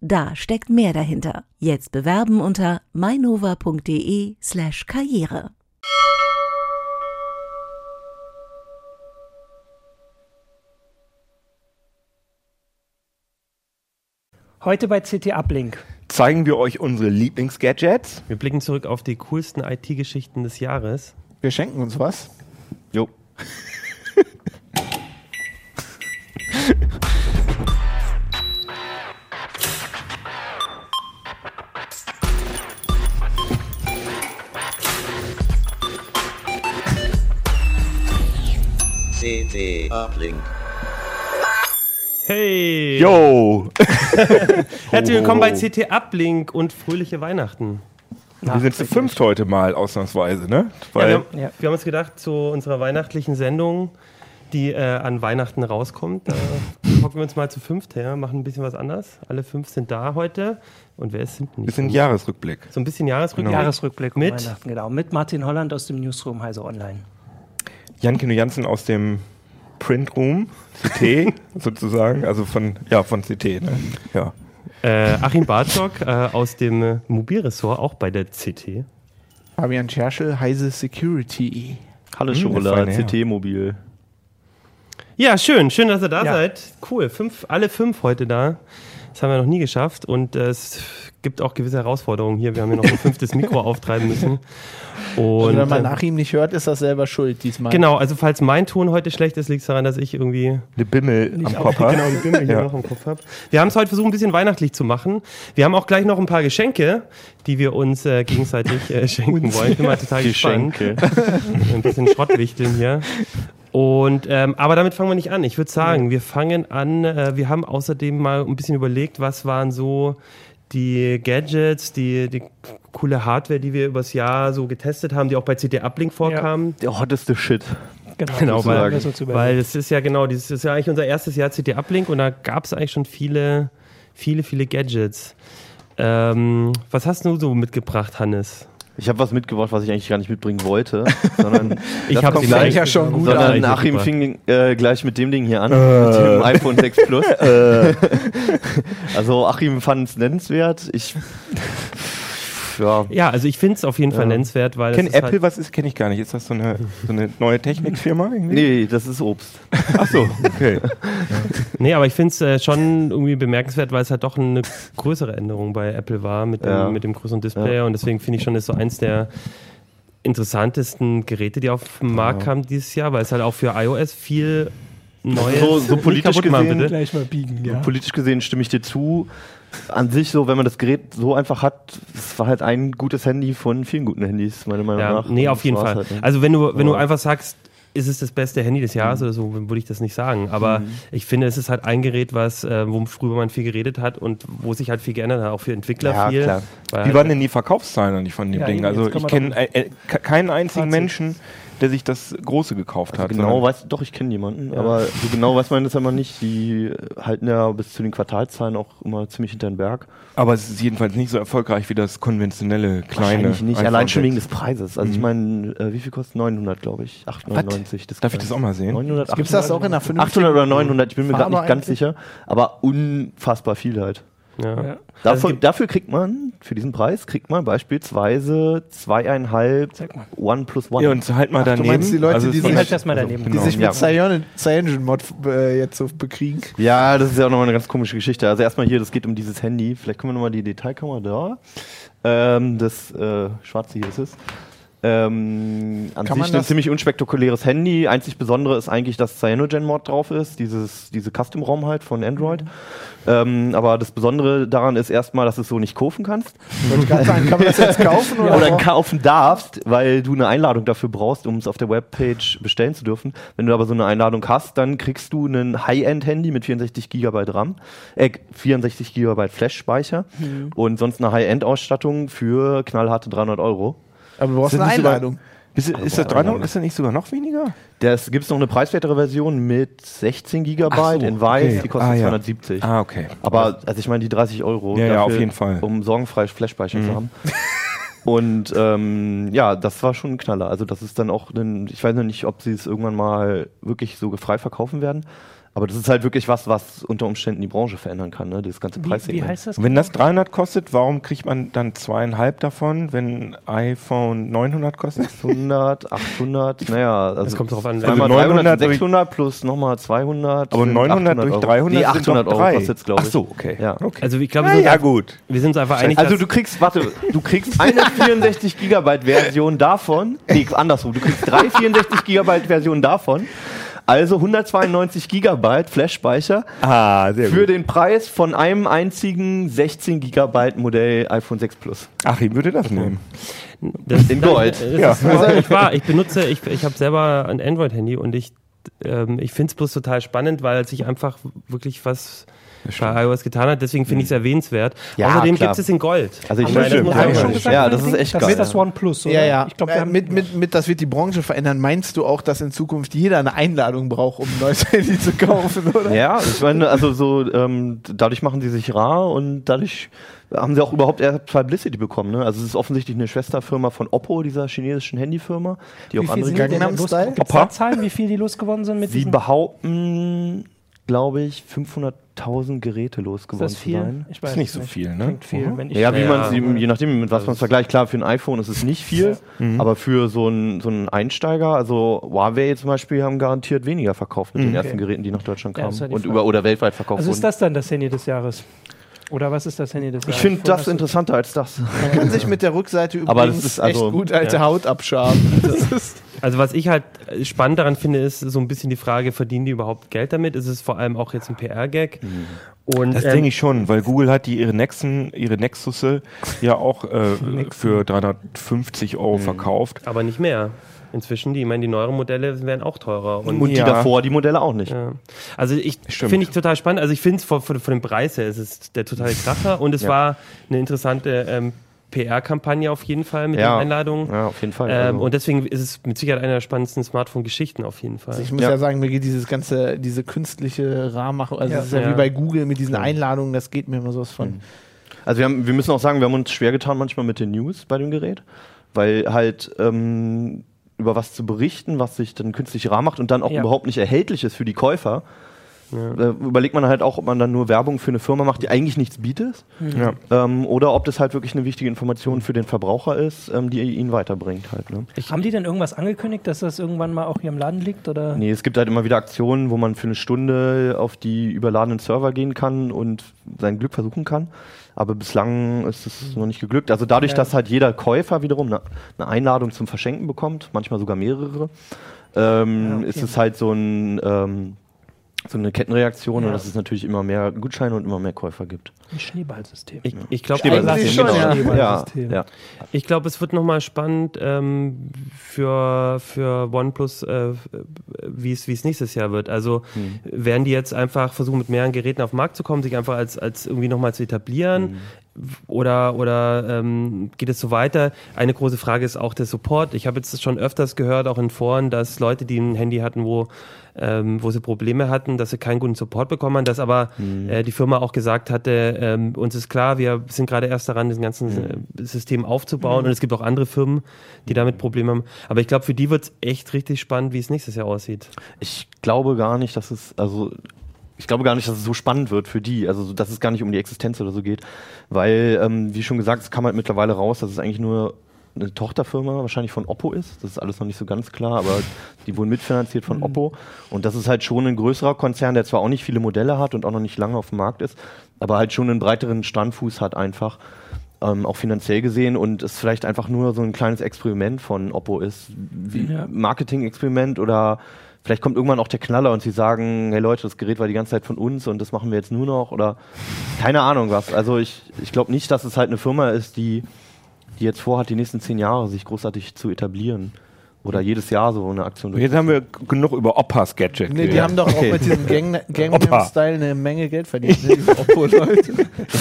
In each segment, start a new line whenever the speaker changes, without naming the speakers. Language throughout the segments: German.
Da steckt mehr dahinter. Jetzt bewerben unter mainova.de slash karriere.
Heute bei CT Uplink.
Zeigen wir euch unsere Lieblingsgadgets.
Wir blicken zurück auf die coolsten IT-Geschichten des Jahres.
Wir schenken uns was. Jo.
CT Uplink.
Hey!
Yo!
Herzlich willkommen bei CT Uplink und fröhliche Weihnachten.
Wir sind zu fünft heute mal, ausnahmsweise, ne?
Ja,
Weil
wir, haben,
Ja.
wir haben uns gedacht, zu unserer weihnachtlichen Sendung, die äh, an Weihnachten rauskommt, da hocken wir uns mal zu fünft her, machen ein bisschen was anders. Alle fünf sind da heute. Und wer ist hinten?
wir sind Jahresrückblick.
So ein bisschen Jahresrückblick.
Jahresrückblick um
Mit?
Weihnachten, genau. Mit Martin Holland aus dem Newsroom Heise Online.
Janke Janssen aus dem Print Room, CT sozusagen, also von, ja, von CT, ne? Ja.
Äh, Achim Bartok äh, aus dem äh, Mobilressort, auch bei der CT.
Fabian Scherschel, Heise Security.
Hallo
Hm,
Schokolade,
das war näher.
CT-Mobil.
Ja, schön, schön, dass ihr da
Ja.
seid. Cool, fünf, alle fünf heute da. Das haben wir noch nie geschafft und äh, es gibt auch gewisse Herausforderungen hier. Wir haben hier noch ein fünftes Mikro auftreiben müssen. Und
Und Also wenn man
äh,
nach ihm nicht hört, ist das selber schuld diesmal.
Genau, also falls mein Ton heute schlecht ist, liegt es daran, dass ich irgendwie
Eine Bimmel am Kopf.
genau einen Bimmel hier
Ja.
noch im Kopf habe. Wir haben es heute versucht, ein bisschen weihnachtlich zu machen. Wir haben auch gleich noch ein paar Geschenke, die wir uns äh, gegenseitig äh, schenken wollen. Ich bin mal total
Geschenke.
gespannt. Ein bisschen Schrottwichteln hier. Und ähm, aber damit fangen wir nicht an. Ich würde sagen, wir fangen an. Äh, wir haben außerdem mal ein bisschen überlegt, was waren so die Gadgets, die, die coole Hardware, die wir übers Jahr so getestet haben, die auch bei CD Uplink vorkamen.
Der hotteste Shit.
Genau,
weil,
weil,
das so zu überlegen.
weil das ist ja genau, das ist ja eigentlich unser erstes Jahr CT Uplink und da gab es eigentlich schon viele, viele, viele Gadgets. Ähm, was hast du so mitgebracht, Hannes?
Ich habe was mitgebracht, was ich eigentlich gar nicht mitbringen wollte, sondern,
Ich habe
gleich
ja schon gut
sondern Achim fing äh, gleich mit dem Ding hier an,
Äh.
mit dem iPhone 6 Plus. also Achim fand es nennenswert. Ich, ja,
Ja, also ich finde es auf jeden Fall nennenswert, weil es
Kennt
ist
Apple,
halt,
was ist, kenne ich gar nicht. Ist das so eine, so eine neue Technikfirma? irgendwie?
nee, das ist Obst.
Ach so, okay.
nee, aber ich finde es äh, schon irgendwie bemerkenswert, weil es halt doch eine größere Änderung bei Apple war mit dem,
Ja.
mit dem größeren Display und deswegen finde ich schon, ist so eins der interessantesten Geräte, die auf den Markt kamen dieses Jahr, weil es halt auch für iOS viel Neues
So, so
Nicht
politisch
kaputt machen,
gesehen-
bitte.
Gleich mal biegen, ja.
Politisch gesehen stimme ich dir zu. An sich so, wenn man das Gerät so einfach hat, es war halt ein gutes Handy von vielen guten Handys, meiner Meinung
Ja,
nach.
nee,
Und
auf
das
jeden
war's
Fall.
halt, ne?
Also wenn du, wenn du
Ja.
einfach sagst, ist es das beste Handy des
Mhm.
Jahres oder so, würde ich das nicht sagen. Aber ich finde, es ist halt ein Gerät, was, äh, worüber man viel geredet hat und wo sich halt viel geändert hat, auch für Entwickler
Ja,
viel.
klar.
Weil
Wie
halt-
waren denn die Verkaufszahlen eigentlich von dem
Ja,
Ding?
eben,
Also
jetzt kommen
ich
wir
kenne
doch-
äh, ke- keinen einzigen
Fazit.
Menschen, der sich das Große gekauft hat.
Genau
sondern-
weiß, doch, ich kenne jemanden, aber so genau weiß man das immer nicht. Die äh, halten ja bis zu den Quartalzahlen auch immer ziemlich hinter den Berg.
aber es ist jedenfalls nicht so erfolgreich wie das konventionelle, kleine. Mhm.
Wahrscheinlich nicht,
iPhone
allein schon
6.
wegen des Preises. Also ich meine, äh, wie viel kostet 900, glaube ich? 899.
Darf ich das auch mal sehen?
900,
Gibt es das auch in einer
800 800 oder 900, ich bin mir gerade
Farbe
nicht ganz
eigentlich?
sicher, aber unfassbar viel halt.
Ja.
Ja.
Also
Dafür, dafür kriegt man, für diesen Preis, kriegt man beispielsweise zweieinhalb OnePlus One.
Ja, und halt mal
Ach, du
daneben.
meinst die Leute,
es
die
ist
sich-
von-
Halt das mal daneben.
Die sich
Ja.
mit Cyanogen- CyanogenMod äh, jetzt so bekriegen.
Ja, das ist ja auch nochmal eine ganz komische Geschichte. Also erstmal hier, das geht um dieses Handy. Vielleicht können wir nochmal die Detailkamera da. Ähm, das äh, schwarze hier ist es. Ähm, an
Kann man
sich ein
das-
ziemlich unspektakuläres Handy. Einzig Besondere ist eigentlich, dass Cyanogen-Mod drauf ist, dieses, diese Custom-ROM halt von Android.
Mhm.
Ähm, aber das Besondere daran ist erstmal, dass du es so nicht kaufen kannst
Wollte ich gerade sagen, kann man das jetzt kaufen oder,
oder kaufen darfst, weil du eine Einladung dafür brauchst, um es auf der Webpage bestellen zu dürfen. Wenn du aber so eine Einladung hast, dann kriegst du ein High-End-Handy mit 64 GB RAM, äh, 64 GB Flash-Speicher und sonst eine High-End-Ausstattung für knallharte 300 Euro.
Aber du brauchst
Sind
eine
das über-
Einladung.
Ist, ist das 300? Ist das nicht sogar noch weniger?
Es gibt noch eine preiswertere Version mit 16 GB
Ach so,
in weiß,
okay.
die kostet
Ah, ja.
270.
Ah, okay.
Aber also ich meine die 30 Euro,
Ja, ja, auf jeden Fall. Mhm.
um sorgenfrei Flashspeicher zu haben. Und ähm, ja, das war schon ein Knaller. Also das ist dann auch, ein, ich weiß noch nicht, ob sie es irgendwann mal wirklich so frei verkaufen werden. Aber das ist halt wirklich was, was unter Umständen die Branche verändern kann, ne? Das ganze
Wie, wie
Preissegment.
heißt das?
Und wenn das 300 kostet, warum kriegt man dann zweieinhalb davon, wenn iPhone 900 kostet?
100, 800, naja, also
Das kommt drauf an.
Einmal
Also
900,
900 durch-
600 plus nochmal 200.
Aber
sind
900
800
durch
Euro.
300
Nee,
sind
800
doch
Euro
drei.
kostet es, glaube ich.
Ach so, okay.
Ah, Ja.
okay.
Also ich glaube,
ja,
wir,
ja,
sind uns-
gut.
wir sind uns einfach einig,
Also
dass-
du kriegst, warte, du kriegst eine 64 Gigabyte Version davon, nee, andersrum, du kriegst drei 64 Gigabyte Versionen davon, also 192 Gigabyte Flash-Speicher
Ah, sehr
für den Preis von einem einzigen 16 Gigabyte Modell iPhone 6 Plus.
Ach, ich würde das nehmen.
Das,
In
nein,
Gold.
Das ist überhaupt nicht wahr. Ich benutze, ich, ich habe selber ein Android-Handy und ich, ähm, ich finde es bloß total spannend, weil sich einfach wirklich was bei iOS getan hat. Deswegen finde ich es erwähnenswert.
Mhm. Ja,
Außerdem
klar.
gibt es in Gold.
Also ich
meine, das
stimmt.
muss
Ja,
man
Haben wir
auch
schon
nicht.
gesagt,
Ja,
so ein
das ist
Ding?
echt
das
geil.
Ist das OnePlus, oder?
Ja, ja.
Ich glaube, wir
Äh,
haben
mit, mit, mit, das wird die Branche verändern. Meinst du auch, dass in Zukunft jeder eine Einladung braucht, um ein neues Handy zu kaufen, oder?
Ja, ich meine, also so, ähm, dadurch machen sie sich rar und dadurch haben sie auch überhaupt erst Publicity bekommen. Ne? Also es ist offensichtlich eine Schwesterfirma von Oppo, dieser chinesischen Handyfirma, die
wie
auch
viel
andere
sind denn
Gangnam
los?
Style?
Gibt's da Zahlen, wie viel die losgeworden sind mit
Sie
diesem?
behaupten, glaube ich, 500.000 Geräte
Ist
losgeworden
das
zu
viel?
sein.
Ich
Ist nicht so viel, ne?
Klingt viel, wenn ich
Ja, wie
Ja.
man sie, je nachdem, mit was man es vergleicht. Klar, für ein iPhone ist es nicht viel,
Mhm.
aber für so einen, so einen Einsteiger, also Huawei zum Beispiel, haben garantiert weniger verkauft mit den ersten Geräten, die nach Deutschland
Mhm. Ja,
kamen
das war die
und
Frage.
über, oder weltweit verkauft
Also ist
wurden.
das dann das Handy des Jahres? Oder was ist das Handy des Jahres?
Ich finde das
Vorher
interessanter als das.
Man kann sich mit der Rückseite
Aber
übrigens
das ist also-
echt gut alte
ja.
Haut abschaben. Das ist
Also was ich halt äh, spannend daran finde, ist so ein bisschen die Frage, verdienen die überhaupt Geld damit? Ist es vor allem auch jetzt ein PR-Gag?
Mhm.
Und
Das
ähm,
denke ich schon, weil Google hat die ihre Nexen, ihre Nexusse ja auch äh, für 350
Mhm.
Euro verkauft.
aber nicht mehr. Inzwischen, die, ich meine, die neueren Modelle werden auch teurer. Und
Und
Ja.
die davor, die Modelle auch nicht.
Ja. Also ich
Stimmt.
finde ich total spannend. Also ich finde es von, von, von dem Preis her, es ist der totale Kracher und es war eine interessante ähm, PR-Kampagne auf jeden Fall mit
Ja.
den Einladungen.
Ja, auf jeden Fall.
Ähm,
also.
und deswegen ist es mit Sicherheit einer der spannendsten Smartphone-Geschichten auf jeden Fall.
Also Ich muss
Ja.
ja. sagen, mir geht dieses ganze, diese künstliche Rahmenmachung, also
Ja.
es ist ja,
Ja.
wie bei Google mit diesen Einladungen, das geht mir immer sowas von.
Mhm.
Also wir, haben, wir müssen auch sagen, wir haben uns schwer getan manchmal mit den News bei dem Gerät, weil halt ähm, über was zu berichten, was sich dann künstlich rar macht und dann auch
Ja.
überhaupt nicht erhältlich ist für die Käufer. Da überlegt man halt auch, ob man dann nur Werbung für eine Firma macht, die eigentlich nichts bietet,
Mhm.
Ja.
ähm, oder ob das halt wirklich eine wichtige Information für den Verbraucher ist, ähm, die ihn weiterbringt halt. Ne?
Haben die denn irgendwas angekündigt, dass das irgendwann mal auch hier im Laden liegt? Oder?
Nee, es gibt halt immer wieder Aktionen, wo man für eine Stunde auf die überladenen Server gehen kann und sein Glück versuchen kann. Aber bislang ist es noch nicht geglückt. Also dadurch,
Ja.
dass halt jeder Käufer wiederum eine, eine Einladung zum Verschenken bekommt, manchmal sogar mehrere, ähm,
Ja, okay.
ist es halt so, ein, ähm, so eine Kettenreaktion und dass es natürlich immer mehr Gutscheine und immer mehr Käufer gibt.
Ein Schneeballsystem.
Ich, ich glaube,
Steht bei
Eigentlich
System,
schon, ja.
genau. ja.
System.
ja.
Ich glaube, es wird nochmal spannend ähm, für, für OnePlus, äh, wie es wie es nächstes Jahr wird. Also werden die jetzt einfach versuchen, mit mehreren Geräten auf den Markt zu kommen, sich einfach als, als irgendwie nochmal zu etablieren? Oder, oder ähm, geht es so weiter? Eine große Frage ist auch der Support. Ich habe jetzt schon öfters gehört, auch in Foren, dass Leute, die ein Handy hatten, wo, ähm, wo sie Probleme hatten, dass sie keinen guten Support bekommen haben, dass aber
Mhm.
äh, die Firma auch gesagt hatte, ähm, uns ist klar, wir sind gerade erst daran, das ganze
Mhm.
äh, System aufzubauen und es gibt auch andere Firmen, die damit Probleme haben. Aber ich glaube, für die wird es echt richtig spannend, wie es nächstes Jahr aussieht.
Ich glaube gar nicht, dass es, also ich glaube gar nicht, dass es so spannend wird für die, also so, dass es gar nicht um die Existenz oder so geht, weil, ähm, wie schon gesagt, es kam halt mittlerweile raus, dass es eigentlich nur eine Tochterfirma wahrscheinlich von Oppo ist, das ist alles noch nicht so ganz klar, aber die wurden mitfinanziert von Oppo und das ist halt schon ein größerer Konzern, der zwar auch nicht viele Modelle hat und auch noch nicht lange auf dem Markt ist, aber halt schon einen breiteren Standfuß hat einfach ähm, auch finanziell gesehen und es vielleicht einfach nur so ein kleines Experiment von Oppo ist. Wie
Ja.
Marketing-Experiment oder vielleicht kommt irgendwann auch der Knaller und sie sagen, hey Leute, das Gerät war die ganze Zeit von uns und das machen wir jetzt nur noch oder keine Ahnung was. Also ich, ich glaube nicht, dass es halt eine Firma ist, die, die jetzt vorhat, die nächsten zehn Jahre sich großartig zu etablieren. Oder jedes Jahr so eine Aktion.
Jetzt haben wir g- genug über Oppas Gadget
Nee, die haben doch auch mit diesem Gang
Opa.
Gangnam Style eine Menge Geld verdient. Ne? Diese Oppo-Leute.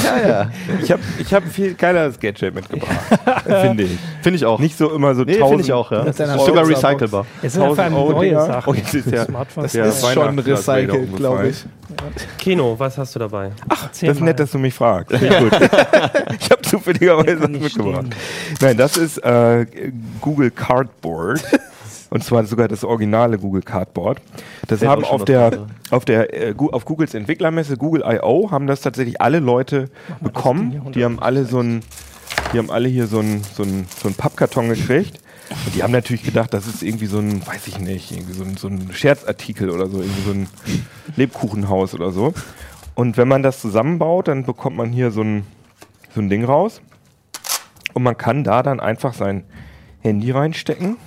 ja, ja.
Ich habe ich hab viel geileres Gadget mitgebracht, finde ich.
Finde ich auch.
Nicht so immer so
nee, finde
1000
ich auch, ja.
Mit deiner
Sogar
Boxerbox.
recycelbar.
Es sind vor allem
1000 Euro
neue
Dinger.
Sachen.
Oh, jetzt ist ja-
Smartphones.
ja,
Das ist schon
Weihnachten hat wieder
recycelt, glaube ich.
umgefallen.
Keno, was hast du dabei?
Das ist nett, dass du mich fragst. Sehr gut. ich habe zufälligerweise das mitgebracht. Nein, das ist äh, Google Cardboard. Und zwar sogar das originale Google Cardboard. Das
Fällt
haben
auch schon
auf
was
der,
runter.
auf der äh, Gu- auf Googles Entwicklermesse Google I.O. haben das tatsächlich alle Leute bekommen. Die haben alle so ein, die haben alle hier so ein, so ein, so ein Pappkarton gekriegt. Und die haben natürlich gedacht, das ist irgendwie so ein, weiß ich nicht, irgendwie so ein, so ein Scherzartikel oder so, irgendwie so ein Lebkuchenhaus oder so. Und wenn man das zusammenbaut, dann bekommt man hier so ein, so ein Ding raus. Und man kann da dann einfach sein Handy reinstecken.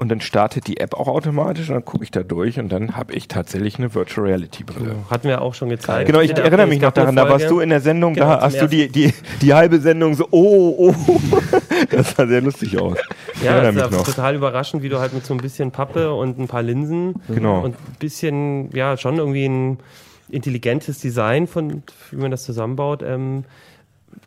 Und dann startet die App auch automatisch und dann gucke ich da durch und dann habe ich tatsächlich eine Virtual Reality Brille.
Hatten wir auch schon gezeigt.
Genau, ich
Ja,
erinnere
es
mich noch
gab
daran,
eine
da warst
Folge.
du in der Sendung,
Genau,
da
zum
hast du die, die, die halbe Sendung so, oh, oh, das sah sehr lustig aus. Ich
Ja,
erinnere
das
mich
ist
noch.
total überraschend, wie du halt mit so ein bisschen Pappe und ein paar Linsen
Genau.
und ein bisschen, ja, schon irgendwie ein intelligentes Design von, wie man das zusammenbaut, ähm,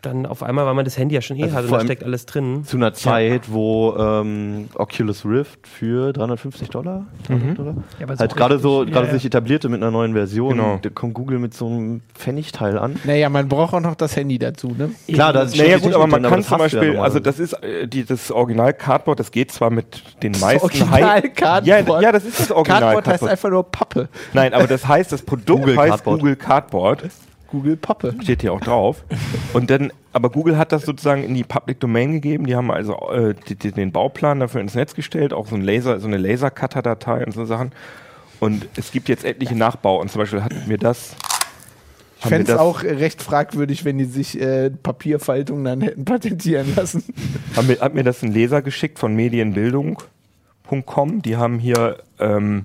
dann auf einmal, weil man das Handy ja schon eh
Also
hat und
vor
da
allem-
steckt alles drin.
Zu einer Zeit, wo ähm, Oculus Rift für 350 Dollar,
Mhm.
300 Dollar
Ja, aber ist
halt
auch
gerade
richtig.
so
Ja,
gerade
ja.
sich etablierte mit einer neuen Version.
Genau.
Da kommt Google mit so einem Pfennigteil an.
Naja, man braucht auch noch das Handy dazu, ne?
Klar, das ist
Naja
schon
gut,
die
aber man
Technik
kann
drin,
zum
aber das hast du ja
Beispiel, also
normalerweise.
das ist äh, die, das Original Cardboard, das geht zwar mit den meisten
Original
High- Ja,
Cardboard.
ja, das ist das Original
Cardboard heißt einfach nur Pappe.
Nein, aber das heißt, das Produkt
Google
heißt
Cardboard.
Google Cardboard.
Google Pappe.
Steht hier auch drauf. Und dann, aber Google hat das sozusagen in die Public Domain gegeben. Die haben also äh, die, die, den Bauplan dafür ins Netz gestellt, auch so ein Laser, so eine Laser-Cutter-Datei und so Sachen. Und es gibt jetzt etliche Nachbau. Und zum Beispiel hat mir das.
Ich fände es auch äh, recht fragwürdig, wenn die sich äh, Papierfaltungen dann hätten patentieren lassen.
Haben mir, hat mir das ein Leser geschickt von medienbildung.com. Die haben hier ähm,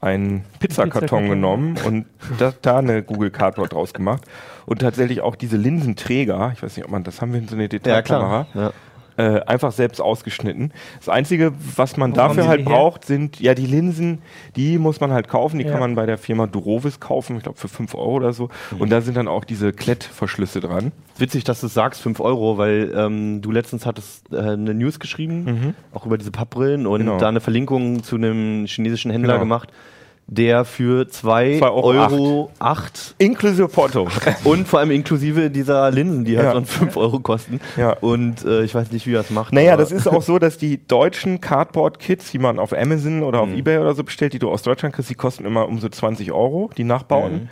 einen Pizzakarton
Pizzakarton.
genommen und da, da eine Google Cardboard draus gemacht. Und tatsächlich auch diese Linsenträger, ich weiß nicht, ob man das haben wir in so eine
ja klar.
Detailkamera,
Ja.
äh, einfach selbst ausgeschnitten. Das Einzige, was man
Wo kommen
dafür
die
halt
her?
braucht, sind ja die Linsen, die muss man halt kaufen. Die
Ja.
kann man bei der Firma Durovis kaufen, ich glaube für 5 Euro oder so.
Mhm.
Und da sind dann auch diese Klettverschlüsse dran.
Witzig, dass du es sagst, 5 Euro, weil ähm, du letztens hattest äh, eine News geschrieben, auch über diese Pappbrillen und
Mhm. Genau.
da eine Verlinkung zu einem chinesischen Händler
Genau.
gemacht, der für 2
2,08
Euro acht
Inklusive Porto.
Und vor allem inklusive dieser Linsen, die halt
Ja.
schon 5 Euro kosten.
Ja.
Und äh, ich weiß nicht, wie er es macht.
Naja,
aber-
das ist auch so, dass die deutschen Cardboard-Kits, die man auf Amazon oder
Mhm.
auf Ebay oder so bestellt, die du aus Deutschland kriegst, die kosten immer um so 20 Euro, die Nachbauten.
Mhm.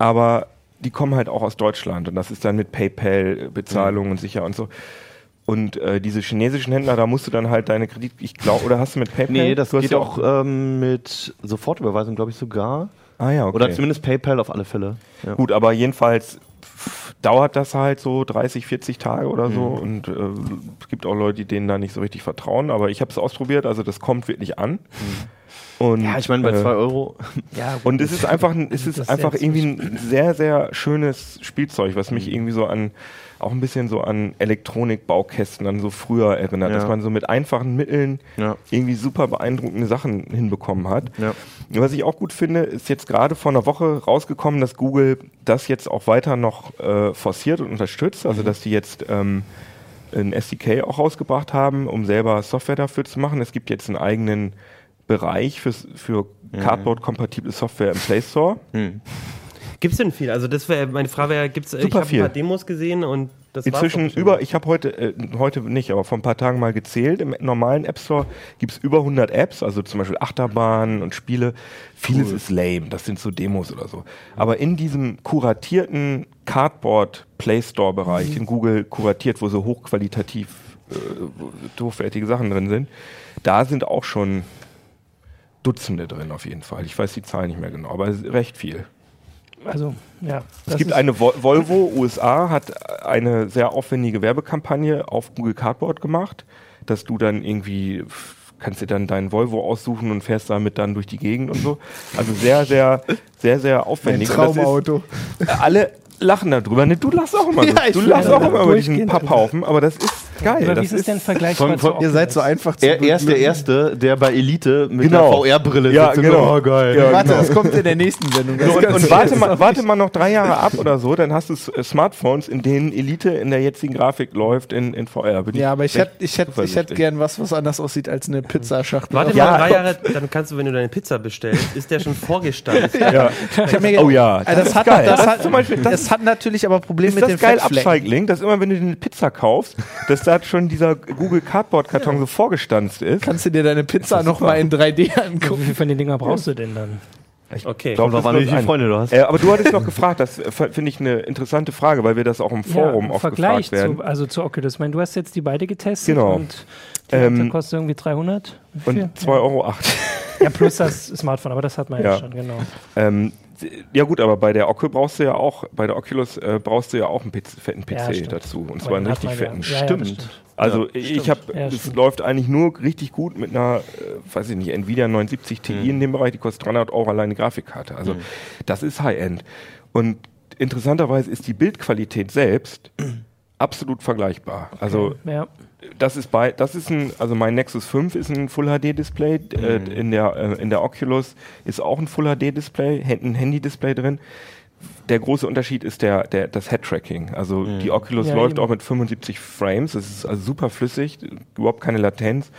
Aber die kommen halt auch aus Deutschland und das ist dann mit
Mhm.
PayPal-Bezahlung und sicher und so. Und äh, diese chinesischen Händler, da musst du dann halt deine Kredit, ich glaube, oder hast du mit PayPal?
Nee, das
du hast
geht
ja
auch ähm, mit Sofortüberweisung, glaube ich, sogar.
Ah ja, okay.
Oder zumindest PayPal auf alle Fälle. Ja.
Gut, aber jedenfalls pff, dauert das halt so 30, 40 Tage oder so
Mhm.
und äh, es gibt auch Leute, die denen da nicht so richtig vertrauen, aber ich habe es ausprobiert, also das kommt wirklich an. Und,
Mhm. Ja, ich meine, bei 2
äh,
Euro.
Ja,
und es ist einfach, ein- es ist
Das ist
einfach
jetzt-
irgendwie ein sehr, sehr schönes Spielzeug, was
Mhm.
mich irgendwie so an, auch ein bisschen so an Elektronikbaukästen, an so früher erinnert,
Ja.
dass man so mit einfachen Mitteln
Ja. Mhm.
irgendwie super beeindruckende Sachen hinbekommen hat.
Ja.
Was ich auch gut finde, ist jetzt gerade vor einer Woche rausgekommen, dass Google das jetzt auch weiter noch äh, forciert und unterstützt. Also, dass die jetzt ähm, ein SDK auch rausgebracht haben, um selber Software dafür zu machen. Es gibt jetzt einen eigenen Bereich fürs, für Cardboard-kompatible Software im Play Store.
Gibt's denn viel? Also das wäre, meine Frage wäre, gibt's, ich
Super
habe ein
viel.
paar Demos gesehen und das war's
Inzwischen
doch schon.
über, ich habe heute, äh, heute nicht, aber vor ein paar Tagen mal gezählt, im normalen App Store gibt's über 100 Apps, also zum Beispiel Achterbahnen und Spiele. Vieles ist lame, das sind so Demos oder so. Aber in diesem kuratierten Cardboard Play Store Bereich,
Mhm.
den Google kuratiert, wo so hochqualitativ äh, hochwertige Sachen drin sind, da sind auch schon Dutzende drin auf jeden Fall. Ich weiß die Zahl nicht mehr genau, aber recht viel.
also ja.
Es gibt eine Vol Volvo USA hat eine sehr aufwendige Werbekampagne auf Google Cardboard gemacht, dass du dann irgendwie kannst dir dann deinen Volvo aussuchen und fährst damit dann durch die Gegend und so. Also sehr, sehr, sehr, sehr aufwendig. Und das ist- alle lachen darüber. Ne, du lachst auch immer.
Ja, ich
du lachst
lache
auch immer über diesen
durchgehend
Papphaufen, aber das ist geil.
Oder
das
wie ist es denn vergleichbar
von- von-
zu
Ihr seid so
Oculus?
einfach zu
Er, er ist der
beglücken.
Erste, der bei Elite mit
Genau.
der VR-Brille
Ja,
sitzt. und
genau.
sagt, Oh, geil.
Ja,
Warte, das kommt in der nächsten Sendung. Das
So, und
kannst
und
du-
warte, mal, warte mal noch drei Jahre ab oder so, dann hast du S- äh, Smartphones, in denen Elite in der jetzigen Grafik läuft in, in VR. Bin
Ja, aber ich
recht
hätte ich hätt, ich hätt
zuversichtlich.
gern was, was anders aussieht als eine Pizzaschachtel.
Warte
Ja,
mal drei
komm.
Jahre, dann kannst du, wenn du deine Pizza bestellst, ist der schon vorgestaltet.
Ja.
Ich hab mir Also
Oh ja,
das,
das ist
hat,
geil.
Das,
Das
hat,
zum Beispiel- das-
das hat natürlich aber Probleme
Ist
mit
das
den
geil,
Fettflecken.
Upcycling, dass immer, wenn du dir eine Pizza kaufst, dass da schon dieser Google Cardboard-Karton so vorgestanzt ist?
Kannst du dir deine Pizza nochmal in 3D
Wie
angucken?
viel von den Dinger brauchst du denn dann?
Okay.
Glaub,
Kommt drauf
das
an, wie
wird
viele
ein.
Freunde du hast.
Äh, aber du hattest noch gefragt, das äh, f- finde ich eine interessante Frage, weil wir das auch im Forum
im
oft
Vergleich
gefragt werden.
Zu, also zu Oculus. Ich meine, du hast jetzt die beide getestet
Genau.
und die
Ähm,
andere kostet irgendwie 300. Wie viel?
Und 2,08 Euro.
Ja, plus das Smartphone, aber das hat man ja,
Ja.
schon, genau.
ähm, ja gut, aber bei der Oculus brauchst du ja auch, bei der Oculus äh, brauchst du ja auch einen Piz- fetten
Ja,
PC
stimmt.
dazu. Und
Aber
zwar einen
den hat
richtig
man ja.
fetten.
Ja, ja, das
Stimmt.
stimmt.
Also ich habe,
Ja,
es
stimmt.
läuft eigentlich nur richtig gut mit einer, äh, weiß ich nicht, Nvidia 970 Ti
Hm.
in dem Bereich, die kostet 300 Euro alleine Grafikkarte. Also das ist High-End. Und interessanterweise ist die Bildqualität selbst absolut vergleichbar. Also
Ja,
das ist bei, das ist ein, also mein Nexus 5 ist ein Full HD Display, äh, in der äh, in der Oculus ist auch ein Full HD Display, hä- ein Handy Display drin. Der große Unterschied ist der, der das Head Tracking. Also die Oculus
Ja,
läuft
eben.
auch mit 75 Frames, das ist also super flüssig, überhaupt keine Latenz.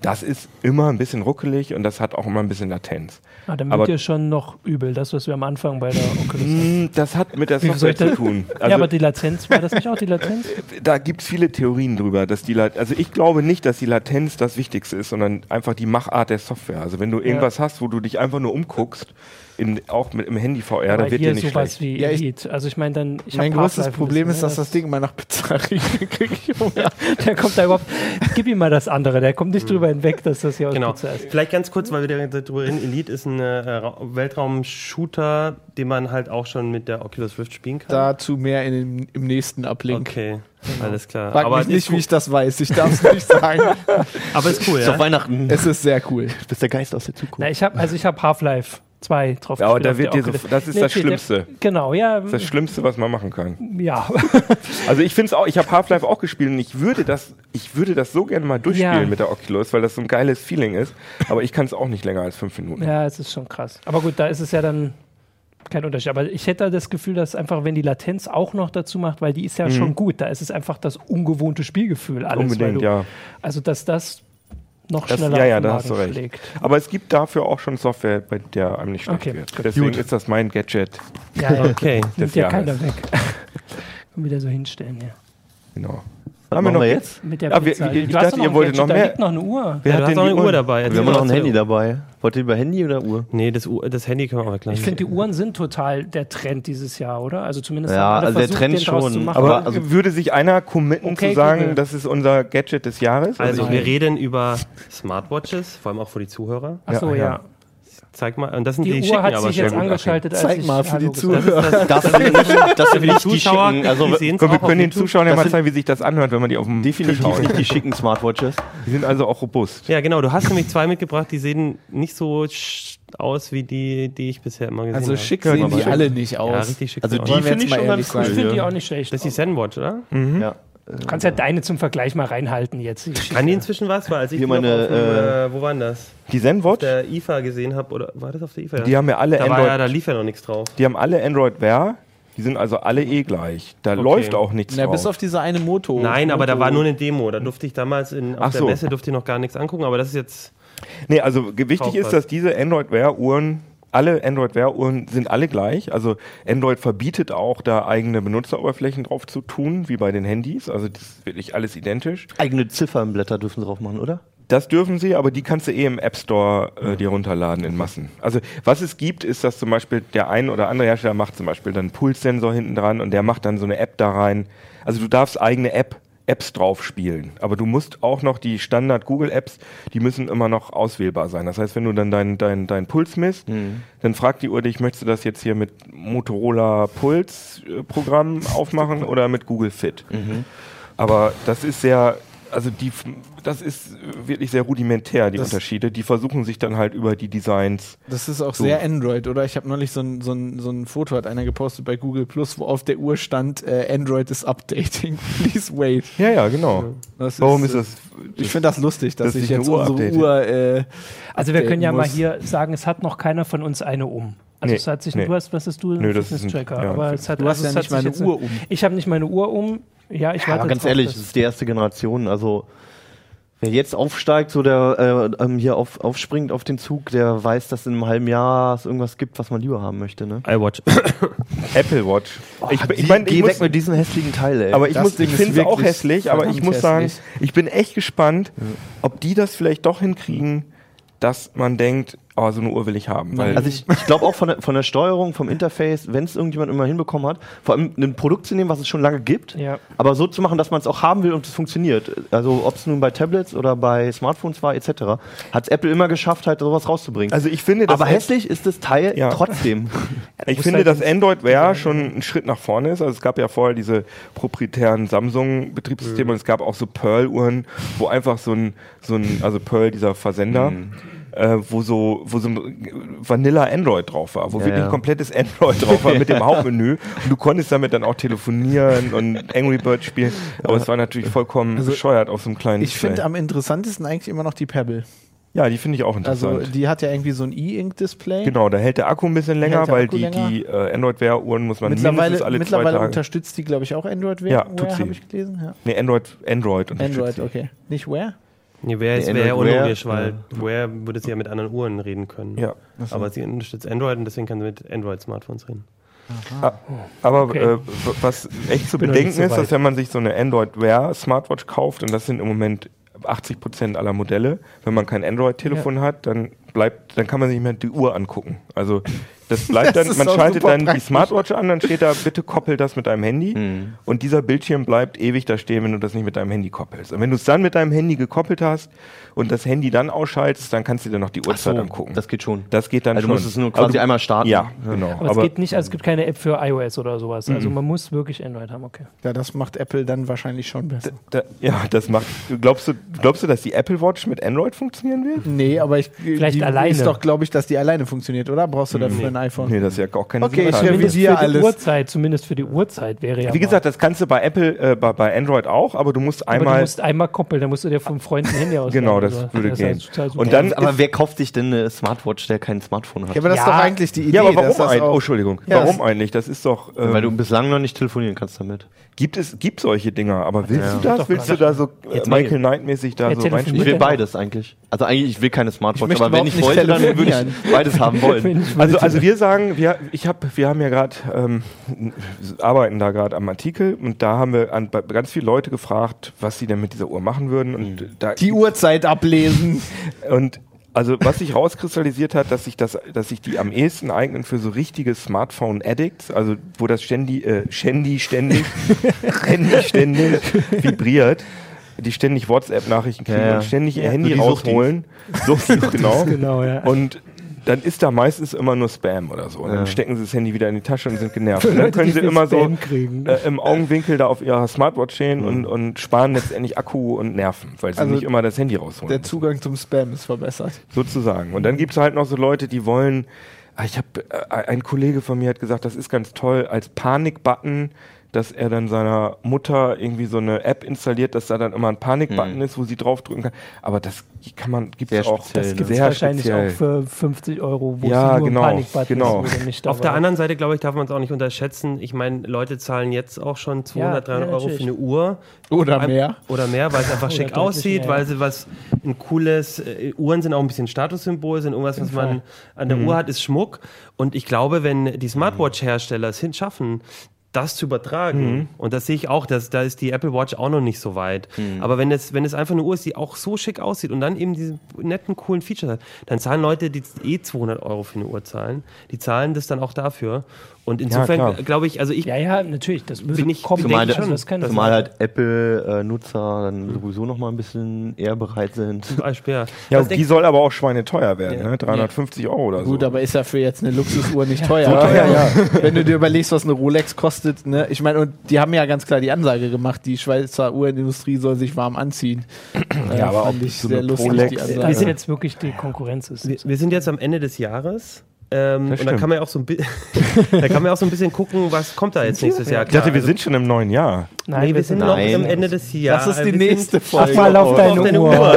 Das ist immer ein bisschen ruckelig und das hat auch immer ein bisschen Latenz.
ah, dann
Aber-
wird dir schon noch übel, das, was wir am Anfang bei der Oculus
Hm, Das hat mit der
Wie soll
Software
ich das-
zu tun.
ja, aber die Latenz, war das nicht auch die Latenz?
da gibt's viele Theorien drüber, dass die Lat also ich glaube nicht, dass die Latenz das Wichtigste ist, sondern einfach die Machart der Software. Also wenn du irgendwas hast, wo du dich einfach nur umguckst, in, auch mit im Handy VR,
Aber
dann wird
hier
dir nicht
sowas
schlecht.
wie
Ja, ich-
Elite. Also ich meine dann, ich hab
Mein größtes
Half-Life
Problem
ein bisschen,
ist, dass das Ding mal nach Pizza riecht. Krieg ich Hunger.
Der kommt da überhaupt, gib ihm mal das andere, der kommt
Mhm.
nicht drüber hinweg, dass das hier aus
Genau.
Pizza ist.
Vielleicht ganz kurz, weil wir darüber reden. Elite ist ein äh, Ra- Weltraum-Shooter, den man halt auch schon mit der Oculus Rift spielen kann.
Dazu mehr in, dem- im nächsten Uplink.
okay, alles klar.
Frag
Aber
mich
ist
nicht,
cool.
wie ich das weiß. Ich darf es nicht sagen.
aber ist cool, ja?
Weihnachten.
Es ist sehr cool.
Du bist der Geist aus der Zukunft.
Na, ich habe also ich habe Half-Life 2 drauf
Ja, aber
gespielt
da
auf
wird
der
dir so,
Oculus.
das ist
Nee,
das
okay, der-
Schlimmste.
Genau, ja,
Das ist das Schlimmste, was man machen kann.
ja.
Also ich finde es auch, ich habe Half-Life auch gespielt und ich würde das, ich würde das so gerne mal durchspielen
Ja.
mit der Oculus, weil das so ein geiles Feeling ist. Aber ich kann es auch nicht länger als fünf Minuten.
Ja, es ist schon krass. Aber gut, da ist es ja dann kein Unterschied. Aber ich hätte das Gefühl, dass einfach, wenn die Latenz auch noch dazu macht, weil die ist
Mhm.
ja schon gut, da ist es einfach das ungewohnte Spielgefühl alles. weil
Unbedingt,
du,
ja.
Also, dass das noch
Das-
schneller
ja, ja,
auf den
da hast
Magen
du recht.
schlägt.
Aber es gibt dafür auch schon Software, bei der einem nicht schlecht
Okay,
wird.
gut.
Deswegen ist das mein Gadget.
Ja, ja.
Okay.
Nimmt ja
Jahres.
keiner weg. Und wieder so hinstellen, ja.
Genau.
Was machen wir jetzt?
Mit der
Ah, wir-
Pizza.
ich
Du hast
dachte,
doch
ihr
ein
wolltet
Gadget,
noch
Da
mehr-
liegt noch eine Uhr.
Wer
Ja,
hat
du
denn
hast noch
die
eine Uhr
Uhren?
dabei. Erzähl
Wir haben auch noch
was
ein
zu der
Handy
Uhr.
dabei. Wollt ihr über Handy oder Uhr?
Nee, das, Uhr- das Handy können wir auch gleich.
Ich finde, die Uhren sind total der Trend dieses Jahr, oder? Also zumindest
Ja,
haben alle
also der
versucht,
Trend
den draus
schon,
zu machen.
Aber
Aber also-
würde sich einer committen
Okay,
zu sagen,
Google.
das ist unser Gadget des Jahres?
also,
ich-
wir reden über Smartwatches, vor allem auch für die Zuhörer.
Achso,
Ja,
ja.
ja.
Zeig mal, und das sind
Die,
die,
Uhr
schicken
hat
aber
sich jetzt
schon.
angeschaltet. Als
Zeig
ich
mal für
Hallo
die
gesagt habe.
Zuhörer.
Das sind nicht, das sind
Die
nicht die
Zuschauer,
schicken. Also,
die sehen's
Komm, wir
auch auf
können den
YouTube.
Zuschauern ja
Das
mal
sind-
zeigen, wie sich das anhört, wenn man die auf dem Tisch
definitiv
haut.
nicht die schicken Smartwatches.
Die sind also auch robust.
Ja, genau. Du hast nämlich zwei mitgebracht, die sehen nicht so sch- aus wie die, die ich bisher immer gesehen
Also
habe.
schick sehen
genau.
die
schick.
alle nicht
Ja,
aus.
richtig schick.
Also
sehen
die
aus.
Wollen wir jetzt
finde ich
mal
schon
ehrlich
ganz cool. Mhm.
sein.
Ich finde die
ja.
auch nicht schlecht.
Das ist die Sandwatch, oder?
Ja.
Du kannst ja deine zum Vergleich mal reinhalten jetzt. Die Geschichte.
Kann die inzwischen was? Weil als ich
Hier
die noch
meine,
auf dem, äh, wo waren das?
Die Zenwatch,
Der IFA gesehen habe, oder war das auf der IFA?
die haben ja alle
da, war ja, da
Android,
lief ja noch nichts drauf.
die haben alle Android Wear, die sind also alle eh gleich. Da läuft auch nichts
Na,
drauf.
bis auf diese eine Moto.
Nein, aber da
Moto-
war nur eine Demo. Da durfte ich damals in, auf
Ach
der
so.
Messe durfte ich noch gar nichts angucken, aber das ist jetzt.
Nee, also ge- wichtig
Kauf
ist,
was.
dass diese Android Wear Uhren, alle Android Wear Uhren sind alle gleich. Also Android verbietet auch, da eigene Benutzeroberflächen drauf zu tun, wie bei den Handys. Also das ist wirklich alles identisch.
Eigene Ziffernblätter dürfen sie drauf machen, oder?
Das dürfen sie, aber die kannst du eh im App Store äh, dir runterladen in Massen. Also was es gibt, ist, dass zum Beispiel der ein oder andere Hersteller macht zum Beispiel dann einen Pulssensor hinten dran und der macht dann so eine App da rein. Also du darfst eigene App Apps drauf spielen. Aber du musst auch noch die Standard Google Apps, die müssen immer noch auswählbar sein. Das heißt, wenn du dann deinen dein, dein Puls misst, dann fragt die Uhr dich, möchtest du das jetzt hier mit Motorola Puls äh, Programm aufmachen oder mit Google Fit? Aber das ist sehr, also die, f- das ist wirklich sehr rudimentär, die
Das-
Unterschiede. Die versuchen sich dann halt über die Designs.
Das ist auch
So.
sehr Android, oder? Ich habe neulich so ein, so, ein, so ein Foto, hat einer gepostet bei Google Plus, wo auf der Uhr stand, äh, Android ist updating. Please wait.
Ja, ja, genau.
Das
Warum
äh,
ist das?
Ich finde das lustig, dass
dass
ich
ich eine
jetzt
Uhr
unsere
update.
Uhr. Äh,
Also wir
updaten
können ja mal
muss.
hier sagen, es hat noch keiner von uns eine um. Also
Nee,
es hat sich,
nee.
du hast, was ist du,
Nö, das ist ein-
Fitness-Tracker,
ja,
aber
ein
es hat,
Du
also
hast ja
es
nicht
hat
mal
sich
eine
jetzt-
Uhr um.
Ich habe nicht meine Uhr um. Ja, ich warte
Aber ganz
drauf,
ehrlich,
dass-
das ist die erste Generation. Also wer jetzt aufsteigt, so der äh, ähm, hier auf, aufspringt auf den Zug, der weiß, dass in einem halben Jahr es irgendwas gibt, was man lieber haben möchte. Ne?
iWatch.
Apple Watch. ich ich meine,
Die-
ich
Also geh
muss,
weg mit diesem hässlichen Teil, ey.
aber ich,
Das
muss- ich
Ding ist
finde es auch
wirklich
hässlich, aber ich
verdammt
muss sagen,
hässlich.
ich bin echt gespannt, ob die das vielleicht doch hinkriegen, dass man denkt, oh, so eine Uhr will ich haben. Weil
also ich, ich glaube auch von der, von der Steuerung, vom Interface, wenn es irgendjemand immer hinbekommen hat, vor allem ein Produkt zu nehmen, was es schon lange gibt,
Ja.
aber so zu machen, dass man es auch haben will und es funktioniert. Also ob es nun bei Tablets oder bei Smartphones war etc., hat Apple immer geschafft, halt sowas rauszubringen.
Also ich finde, dass
aber
Apple-
hässlich ist das Teil
Ja.
trotzdem.
Ich finde,
halt
dass Android Wear schon ein Schritt nach vorne ist. Also es gab ja vorher diese proprietären
Mhm.
Samsung-Betriebssysteme und es gab auch so Pearl-Uhren, wo einfach so ein, so ein, also Pearl, dieser Versender,
Mhm.
äh, wo so, wo so ein Vanilla Android drauf war, wo wirklich
ja.
ein komplettes Android drauf war mit dem Hauptmenü. Und du konntest damit dann auch telefonieren und Angry Bird spielen. Aber es war natürlich vollkommen bescheuert auf so einem kleinen
Also Ich finde
Display.
am interessantesten eigentlich immer noch die Pebble.
Ja, die finde ich auch
Also
interessant.
die hat ja irgendwie so ein E-Ink-Display.
Genau, da hält der Akku ein bisschen länger,
Hält der
weil
Akku
die,
länger.
die äh, Android-Wear-Uhren muss man mindestens
Mittlerweile,
alle zwei
mittlerweile
Tage.
unterstützt die, glaube ich, auch Android
Ja,
Wear,
tut sie.
habe ich gelesen. Ja.
Nee, Android, Android unterstützt
Android,
sie.
okay. Nicht Wear?
Nee, wer ist
Nee,
wer
Android Wear,
unlogisch, weil Where würde sie ja mit anderen Uhren reden können.
Ja.
Aber sie unterstützt Android und deswegen kann sie mit Android-Smartphones reden.
Aber
Okay.
äh, w- was echt zu
bin noch nicht
bedenken
so
ist,
weit.
dass wenn man sich so eine Android Wear Smartwatch kauft, und das sind im Moment 80 Prozent aller Modelle, wenn man kein Android-Telefon hat, dann bleibt, dann kann man sich nicht mehr die Uhr angucken. Also das bleibt
Das
dann,
ist
man
auch
schaltet
super
dann die
praktisch.
Smartwatch an, dann steht da, bitte koppel das mit deinem Handy und dieser Bildschirm bleibt ewig da stehen, wenn du das nicht mit deinem Handy koppelst. Und wenn du es dann mit deinem Handy gekoppelt hast und das Handy dann ausschaltest, dann kannst du dir noch die
halt
Uhrzeit angucken.
das geht schon.
Das geht dann
Also du
schon.
musst es nur
Aber
quasi
du-
einmal starten.
Ja, genau.
Aber, es geht nicht, also es gibt keine App für iOS oder sowas. Also man muss wirklich Android haben, okay.
Ja, das macht Apple dann wahrscheinlich schon besser.
Da, ja, das macht. Glaubst du, glaubst du, dass die Apple Watch mit Android funktionieren wird?
Nee, aber ich
Vielleicht
die
alleine.
ist doch, glaube ich, dass die alleine funktioniert, oder? Brauchst du dafür ein iPhone?
Nee, das ist ja auch keine
Okay,
Sicherheit.
ich will-
Zumindest
revidiere
für die
alles.
Uhrzeit, zumindest für die Uhrzeit wäre ja
Wie
mal-
gesagt, das kannst du bei Apple, äh, bei, bei Android auch, aber du musst
aber
einmal.
du musst einmal koppeln, dann musst du dir vom Freund ein Handy ausleihen.
Genau, das
Also,
würde
ist
gehen.
total super.
Und dann
Ja, aber wer kauft sich denn eine Smartwatch, der kein Smartphone hat?
Ja, aber das ist
Ja.
doch eigentlich die Idee.
ja, aber
dass
warum
das
eigentlich?
auch-
Oh, Entschuldigung.
Ja,
warum
das-
eigentlich? Das ist doch. Ähm,
Weil du bislang noch nicht telefonieren kannst damit.
gibt es gibt solche Dinger, aber willst du das? Willst du da so äh,
Jetzt
Michael Knight-mäßig da
Ja,
so
telefonier-
Ich
reinspielen?
will
Mit der-
beides eigentlich. Also eigentlich, ich will keine Smartwatch,
möchte
aber wenn
überhaupt
ich
nicht
wollte, dann würde
telefonieren.
ich beides haben wollen.
Also, also wir sagen, wir, ich hab, wir haben ja gerade, ähm, arbeiten da gerade am Artikel und da haben wir an, bei- ganz viele Leute gefragt, was sie denn mit dieser Uhr machen würden. Und
Hm.
da
Die Uhrzeit ablesen.
Und also was sich rauskristallisiert hat, dass sich das, dass sich die am ehesten eignen für so richtige Smartphone-Addicts, also wo das ständig, äh, ständig, ständig, ständig, ständig vibriert, die ständig WhatsApp-Nachrichten kriegen
Ja, ja.
und ständig ihr
Ja,
Handy
so die
rausholen. Suchtis, genau.
genau, ja.
Und dann ist da meistens immer nur Spam oder so. Und dann
Ja.
stecken sie das Handy wieder in die Tasche und sind genervt. Und dann können sie immer so
Spam kriegen.
äh, im Augenwinkel da auf ihrer Smartwatch stehen und, und sparen letztendlich Akku und Nerven, weil sie
Also
nicht immer das Handy rausholen.
Der Zugang zum Spam ist verbessert.
Sozusagen. Und dann gibt's halt noch so Leute, die wollen, ah, ich habe, ein Kollege von mir hat gesagt, das ist ganz toll, als Panikbutton, dass er dann seiner Mutter irgendwie so eine App installiert, dass da dann immer ein Panikbutton ist, wo sie draufdrücken kann. Aber das kann man, gibt's
Sehr
auch
speziell,
das gibt's
ne?
Gibt's
sehr
wahrscheinlich
speziell.
auch für 50 Euro, wo
Ja,
es nur
genau,
ein Panikbutton
genau.
ist, wo du nicht
Auf der
dabei-
anderen Seite, glaube ich, darf man es auch nicht unterschätzen. Ich meine, Leute zahlen jetzt auch schon 200,
Ja,
300
ja,
Euro für
natürlich.
eine Uhr.
Oder
Ein-
mehr.
Oder mehr, weil es einfach schick
deutlich
aussieht,
mehr,
weil
ja.
sie was ein cooles, äh, Uhren sind auch ein bisschen Statussymbol, sind irgendwas, was man an der Uhr hat, ist Schmuck. Und ich glaube, wenn die Smartwatch-Hersteller es hinschaffen, das zu übertragen. Und das sehe ich auch, dass, da ist die Apple Watch auch noch nicht so weit. Aber wenn es, wenn es einfach eine Uhr ist, die auch so schick aussieht und dann eben diese netten, coolen Features hat, dann zahlen Leute, die eh 200 Euro für eine Uhr zahlen, die zahlen das dann auch dafür. Und insofern
klar.
glaube ich, also ich,
Ja, ja, natürlich. Das wird
Bin ich-
kommen.
zumal
also
der-
das kann
Zumal halt Apple-Nutzer dann sowieso noch mal ein bisschen eher bereit sind.
zum Beispiel, ja.
Ja,
Was
und die
denkst-
soll aber auch schweineteuer werden,
Ja.
ne? 350 Euro oder so.
Gut, aber ist ja für jetzt eine Luxusuhr nicht teuer.
So teuer,
Wenn du dir überlegst, was eine Rolex kostet, ne? Ich meine, und die haben ja ganz klar die Ansage gemacht, die Schweizer Uhrenindustrie soll sich warm anziehen.
Ja, aber
fand
auch
ich
so
sehr
eine
lustig,
Rolex-
die
das ist
Ansage.
jetzt wirklich die Konkurrenz ist.
wir, wir sind jetzt am Ende des Jahres. Ähm, und da
stimmt.
kann man ja auch so ein bi- da kann man ja auch so ein bisschen gucken, was kommt da jetzt nächstes Jahr.
ich dachte,
Klar,
wir sind schon im neuen Jahr.
also, nee, wir sind noch
Nein.
am Ende des Jahres.
Das ist die
Wir
nächste
Ach,
Folge.
mal auf
Auf
deine Uhr.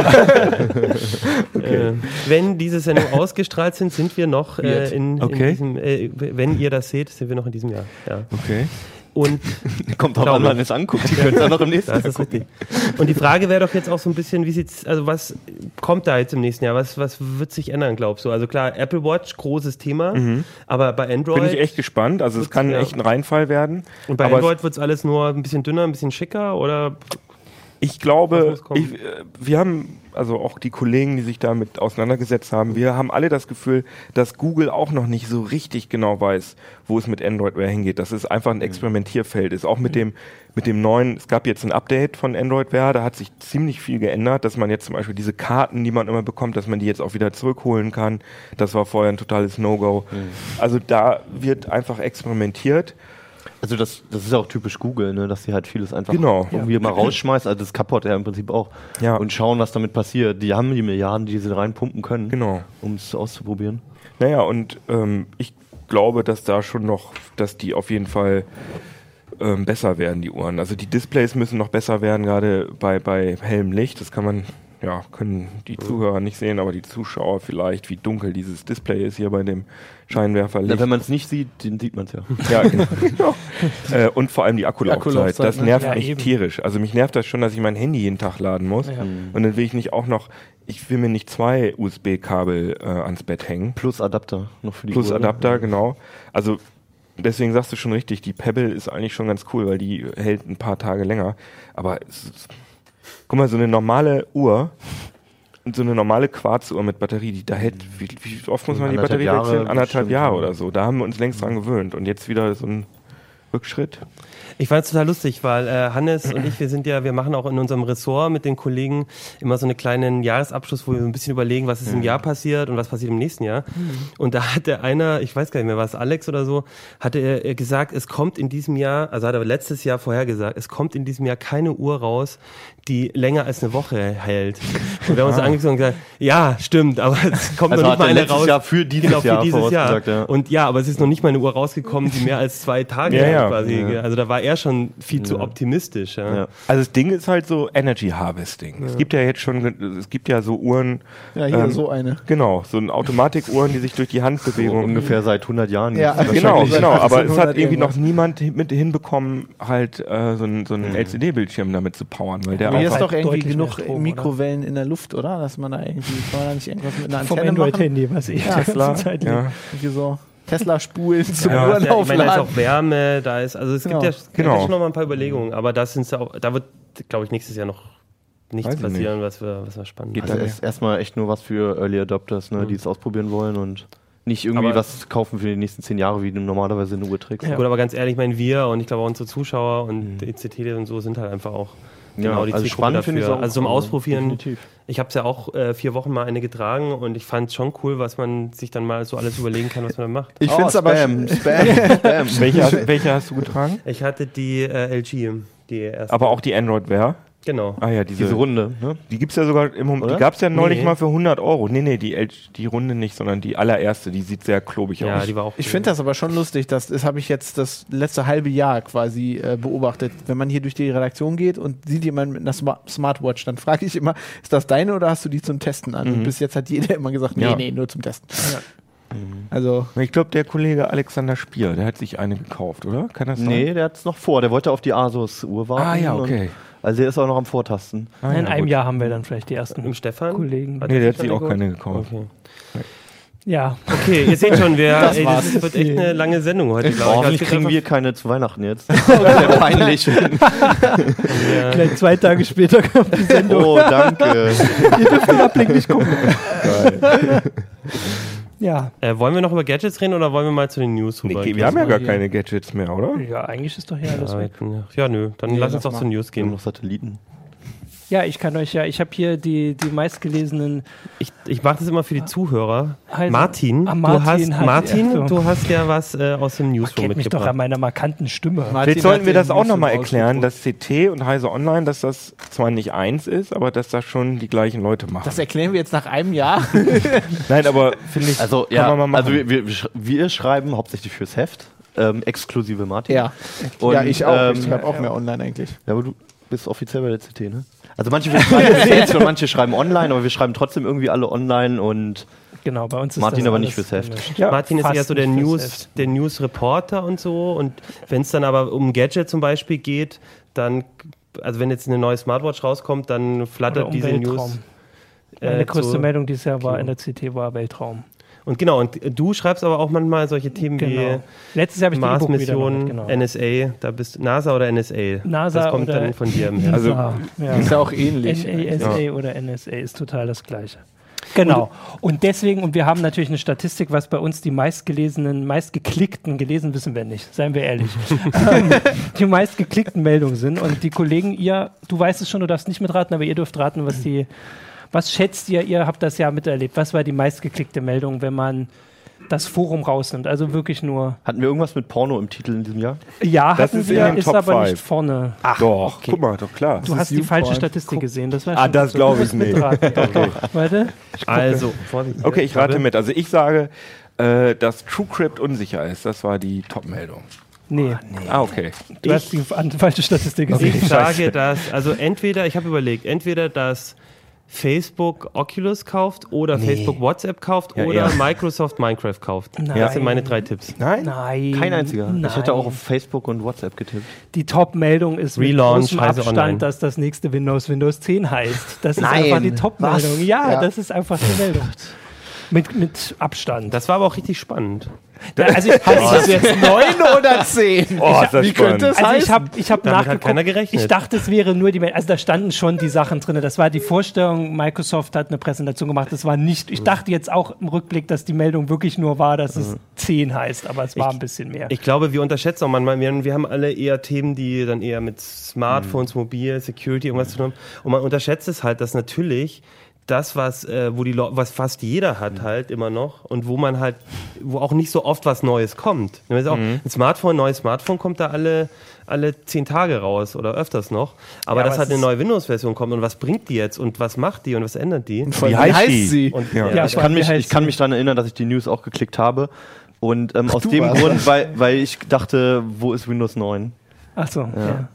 Äh, wenn diese Sendung ausgestrahlt sind, sind wir noch äh, in, in
Okay.
diesem, äh, wenn ihr das seht, sind wir noch in diesem Jahr. Ja.
Okay.
Und
Kommt drauf
Glaube
an, wann es anguckt. Die können es dann noch im nächsten
das
Jahr
ist
gucken.
richtig. Und die Frage wäre doch jetzt auch so ein bisschen, wie sieht's, also was kommt da jetzt im nächsten Jahr? Was, was wird sich ändern, glaubst du? Also klar, Apple Watch, großes Thema, aber bei Android
Mhm. Bin ich echt gespannt. Also es kann
Ja.
echt ein Reinfall werden.
und bei
aber
Android wird es alles nur ein bisschen dünner, ein bisschen schicker oder
Ich
Was
glaube,
muss kommen?
ich, äh, wir haben, also auch die Kollegen, die sich damit auseinandergesetzt haben, wir haben alle das Gefühl, dass Google auch noch nicht so richtig genau weiß, wo es mit Android Wear hingeht. Dass es einfach ein
Mhm.
Experimentierfeld ist. Auch mit dem, mit dem neuen, es gab jetzt ein Update von Android Wear, da hat sich ziemlich viel geändert, dass man jetzt zum Beispiel diese Karten, die man immer bekommt, dass man die jetzt auch wieder zurückholen kann. Das war vorher ein totales No-Go.
Mhm.
Also da wird einfach experimentiert.
Also das, das ist auch typisch Google, ne? dass sie halt vieles einfach
Genau.
irgendwie mal rausschmeißt. Also das kaputt ja im Prinzip auch.
Ja.
Und schauen, was damit passiert. Die haben die Milliarden, die sie reinpumpen können,
Genau.
um es auszuprobieren.
Naja, und ähm, ich glaube, dass da schon noch, dass die auf jeden Fall ähm, besser werden, die Uhren. Also die Displays müssen noch besser werden, gerade bei, bei hellem Licht. Das kann man, ja, können die Zuhörer nicht sehen, aber die Zuschauer vielleicht, wie dunkel dieses Display ist hier bei dem Scheinwerferlicht.
Na, wenn man es nicht sieht, den sieht man es ja.
Ja, genau. äh, und vor allem die Akkulaufzeit.
Akkulaufzeit,
das
ne?
nervt
Ja,
mich
eben.
tierisch. Also mich nervt das schon, dass ich mein Handy jeden Tag laden muss.
Ja.
Und dann will ich nicht auch noch, ich will mir nicht zwei USB-Kabel äh, ans Bett hängen.
Plus Adapter noch für die
Plus
Uhr, ne?
Adapter, genau. Also deswegen sagst du schon richtig, die Pebble ist eigentlich schon ganz cool, weil die hält ein paar Tage länger. Aber es ist, guck mal, so eine normale Uhr, so eine normale Quarzuhr mit Batterie, die da hält, wie, wie oft muss man die
Anderthalb
Batterie
Jahre
wechseln? Anderthalb
bestimmt,
Jahre
ja.
oder so. Da haben wir uns längst dran gewöhnt. Und jetzt wieder so ein Rückschritt.
Ich fand es total lustig, weil äh, Hannes und ich, wir sind ja, wir machen auch in unserem Ressort mit den Kollegen immer so einen kleinen Jahresabschluss, wo wir so ein bisschen überlegen, was ist
Mhm.
im Jahr passiert und was passiert im nächsten Jahr. Und da hatte einer, ich weiß gar nicht mehr, war es Alex oder so, hatte er äh, gesagt, es kommt in diesem Jahr, also hat er letztes Jahr vorhergesagt, es kommt in diesem Jahr keine Uhr raus, die länger als eine Woche hält. Und wir haben uns angeguckt und gesagt, ja, stimmt, aber es kommt
Ah. Also
noch nicht
hat
mal
er
eine
letztes
raus.
Jahr für dieses
genau, für
Jahr
dieses Jahr.
vorausgesagt, ja.
Und ja, aber es ist noch nicht mal eine Uhr rausgekommen, die mehr als zwei Tage
Ja,
hält
ja.
quasi.
Ja.
Also da war er schon viel zu optimistisch. Ja.
Ja.
Also das Ding ist halt so Energy Harvesting. Es gibt ja jetzt schon, es gibt ja so Uhren,
Ja, hier
Ähm,
so eine.
genau, so ein Automatikuhren, die sich durch die
So
Handbewegung
ungefähr seit 100 Jahren.
Ja,
gibt's das
Genau,
wahrscheinlich.
genau, aber es
1800
hat irgendwie noch niemand hin- mit hinbekommen, halt äh, so einen so einen
Mhm.
LCD-Bildschirm damit zu powern, weil der
Aber hier ist
einfach,
doch
halt
irgendwie
deutlich
genug
mehr Strom, oder?
Mikrowellen in der Luft, oder? Dass man da irgendwie, kann man da nicht irgendwas mit einer
Vom
Antenne machen?
Android-Handy, was ich
Ja,
die ganze
Tesla,
Zeit
ja,
Irgendwie so Tesla-Spulen zum
Ja,
Uhren
ja, ich meine, also- da ist
aufladen.
auch Wärme, da ist, also es
Genau.
gibt ja gibt
Genau.
ja schon noch mal ein paar Überlegungen, aber das sind auch, da wird, glaube ich, nächstes Jahr noch nichts
Weiß ich
passieren, was wir, was wir spannend
Geht
Also
Ja.
erst- erstmal echt nur was für Early Adopters,
Mhm.
ne, die es ausprobieren wollen und nicht irgendwie
Aber-
was kaufen für die nächsten zehn Jahre, wie du normalerweise eine Uhr trägst.
Gut, aber ganz ehrlich, ich meine, wir und ich glaube auch unsere Zuschauer und ECT und so sind halt einfach auch genau die
also
Zielgruppe
spannend finde ich
dafür.
auch.
Also zum Ausprobieren,
Definitiv.
ich habe es ja auch äh, vier Wochen mal eine getragen und ich fand es schon cool, was man sich dann mal so alles überlegen kann, was man dann macht.
Ich
Oh,
find's aber
Spam,
sch-
Spam, Spam.
welche, hast, welche hast du getragen?
Ich hatte die äh, LG, die erste.
Aber auch die Android-Wear.
genau.
Ah ja, diese,
Diese Runde, ne?
Die gibt's ja sogar im Moment.
Oder?
Die gab's ja neulich
Nee.
mal für 100 Euro. Nee, nee, die, L- die Runde nicht, sondern die allererste. Die sieht sehr klobig
Ja,
aus.
die war auch.
Ich
cool.
finde das aber schon lustig, dass, das habe ich jetzt das letzte halbe Jahr quasi äh, beobachtet. Wenn man hier durch die Redaktion geht und sieht jemanden mit einer Sma Smartwatch, dann frage ich immer, ist das deine oder hast du die zum Testen an? Und bis jetzt hat jeder immer gesagt, nee,
Ja.
nee, nur zum Testen. Also,
Ich glaube, der Kollege Alexander Spier, der hat sich eine gekauft, oder? Kann das sein?
Nee, der hat es noch vor. Der wollte auf die Asus-Uhr warten.
Ah ja,
und-
okay.
Also der ist auch noch am Vortasten.
Ah, ja,
In einem
gut.
Jahr haben wir dann vielleicht die ersten
Im Stefan?
Kollegen.
Hat
Nee,
er
der
sich
hat sich
dann
auch
geholt?
keine gekauft.
Okay.
Ja,
Okay, ihr seht schon, wir, das,
Das
ey,
war's.
das wird echt eine lange Sendung heute,
Oh,
glaube ich.
hoffentlich
Das
kriegen
geht
wir keine zu Weihnachten jetzt. Das wäre peinlich.
einfach-
Vielleicht zwei Tage später kommt die Sendung.
Oh, danke.
ja.
Äh, wollen wir noch über Gadgets reden oder wollen wir mal zu den News rüber?
Nee, wir haben ja gar keine Gadgets mehr, oder?
Ja, eigentlich ist doch hier alles weg.
Ja, ja, nö, dann
Nee,
lass uns
lass
doch
mal.
zu News
Wir haben
gehen.
noch Satelliten.
Ja, ich kann euch ja, ich habe hier die, die meistgelesenen
Ich, ich mache das immer für die Zuhörer.
Also-
Martin,
Ah, Martin
du hast,
hat-
Martin
ja, so.
du hast ja was äh, aus dem Newsroom
kennt mich doch an
mitgebracht.
meiner markanten Stimme.
Vielleicht sollten wir das auch nochmal erklären, dass CT und Heise Online, dass das zwar nicht eins ist, aber dass das schon die gleichen Leute machen.
Das erklären wir jetzt nach einem Jahr.
Nein, aber finde ich,
Also,
kann
ja,
man mal machen.
also wir, wir, wir sch- wir schreiben hauptsächlich fürs Heft, ähm, exklusive Martin. Und,
ja, ich auch. ich
ähm,
schreibe auch mehr online eigentlich.
Ja, aber du bist offiziell bei der CT, ne? Also manche wir schreiben fürs Heft und manche schreiben online, aber wir schreiben trotzdem irgendwie alle online und
Genau, bei uns ist
Martin
das
aber
alles
nicht fürs Heft.
gemischt.
ja,
Martin ist
fast
eher so der
nicht fürs
News,
Heft.
der News-Reporter und so. Und wenn es dann aber um Gadget zum Beispiel geht, dann, also wenn jetzt eine neue Smartwatch rauskommt, dann
Oder
flattert
um
diese
Weltraum.
News.
Meine
äh,
größte
zu-
Meldung dieses Jahr war in der CT war Weltraum.
Und genau, und du schreibst aber auch manchmal solche Themen
Genau.
wie
Letztes Jahr habe ich die E-Book wieder noch
Mars-Mission,
mit, genau.
NSA, da bist NASA oder NSA.
NASA
das kommt
oder-
dann von dir. im Herbst.
Also-
ja, ja.
Ist ja auch ähnlich.
NASA oder NSA ist total das Gleiche. Genau. Und deswegen, und wir haben natürlich eine Statistik, was bei uns die meistgelesenen, meistgeklickten, gelesen wissen wir nicht, seien wir ehrlich, ähm, die meistgeklickten Meldungen sind. Und die Kollegen, ihr, du weißt es schon, du darfst nicht mitraten, aber ihr dürft raten, was die, was schätzt ihr, ihr habt das ja miterlebt, was war die meistgeklickte Meldung, wenn man das Forum rausnimmt? Also wirklich nur,
hatten wir irgendwas mit Porno im Titel in diesem Jahr?
ja,
Das
hatten
ist in
wir,
den
ist
Top
aber nicht
Five.
vorne.
Ach, doch,
okay.
guck mal, doch klar.
Du hast die
YouPorn.
falsche Statistik gesehen, das war
Ah,
schon-
das
du
glaub
musst
ich nicht.
mitraten. Doch, doch. Warte.
also, Vorsicht.
Okay, ich rate mit. Also ich sage, äh, dass TrueCrypt unsicher ist. Das war die Top-Meldung.
Nee.
Ah, okay.
Du hast die an- falsche Statistik gesehen.
Ich sage, dass, also entweder, ich habe überlegt, entweder dass Facebook Oculus kauft oder Facebook WhatsApp kauft
Ja,
oder
eher.
Microsoft Minecraft kauft.
Nein.
Das sind meine drei Tipps.
Nein?
Nein.
Kein einziger.
Nein.
Ich hätte auch auf Facebook und WhatsApp getippt.
die Top-Meldung ist mit
Relaunch,
großem
Heise
Abstand,
Online.
dass das nächste Windows Windows 10 heißt. Das ist einfach die Top-Meldung. Ja,
Ja.
das ist einfach die Meldung. Mit, mit Abstand.
Das war aber auch richtig spannend.
Da- also ich, also ich,
Neun oder zehn?
Oh, ist das
Wie könnte
spannend.
es
also ich
heißen?
habe ich hab
Damit hat
nachgeguckt.
keiner gerechnet.
Ich dachte, es wäre nur die Meldung. Also da standen schon die Sachen drin. Das war die Vorstellung. Microsoft hat eine Präsentation gemacht. Das war nicht. Ich dachte jetzt auch im Rückblick, dass die Meldung wirklich nur war, dass es 10 heißt. Aber es war ein bisschen mehr.
Mhm. Ich glaube, wir unterschätzen auch manchmal, wir, wir haben alle eher Themen, die dann eher mit
Mhm.
Smartphones, Mobil, Security, irgendwas zu tun haben. Und man unterschätzt es halt, dass natürlich das, was, äh, wo die Leu- was fast jeder
Mhm.
hat halt immer noch und wo man halt, wo auch nicht so oft was Neues kommt. Ich meine, Auch
Mhm.
Ein Smartphone, neues Smartphone kommt da alle, alle zehn Tage raus oder öfters noch. Aber
Ja, aber
dass halt
es
eine
ist-
neue Windows-Version kommt und was bringt die jetzt und was macht die und was ändert die?
Wie,
heißt die?
sie?
Und,
Ja.
ja,
Ja, halt
Ich kann mich,
Wie
ich kann
heißt
mich daran erinnern, dass ich die News auch geklickt habe. Und ähm, aus
du
dem
warst
Grund, weil, weil ich dachte, wo ist Windows 9?
Ach so, ja.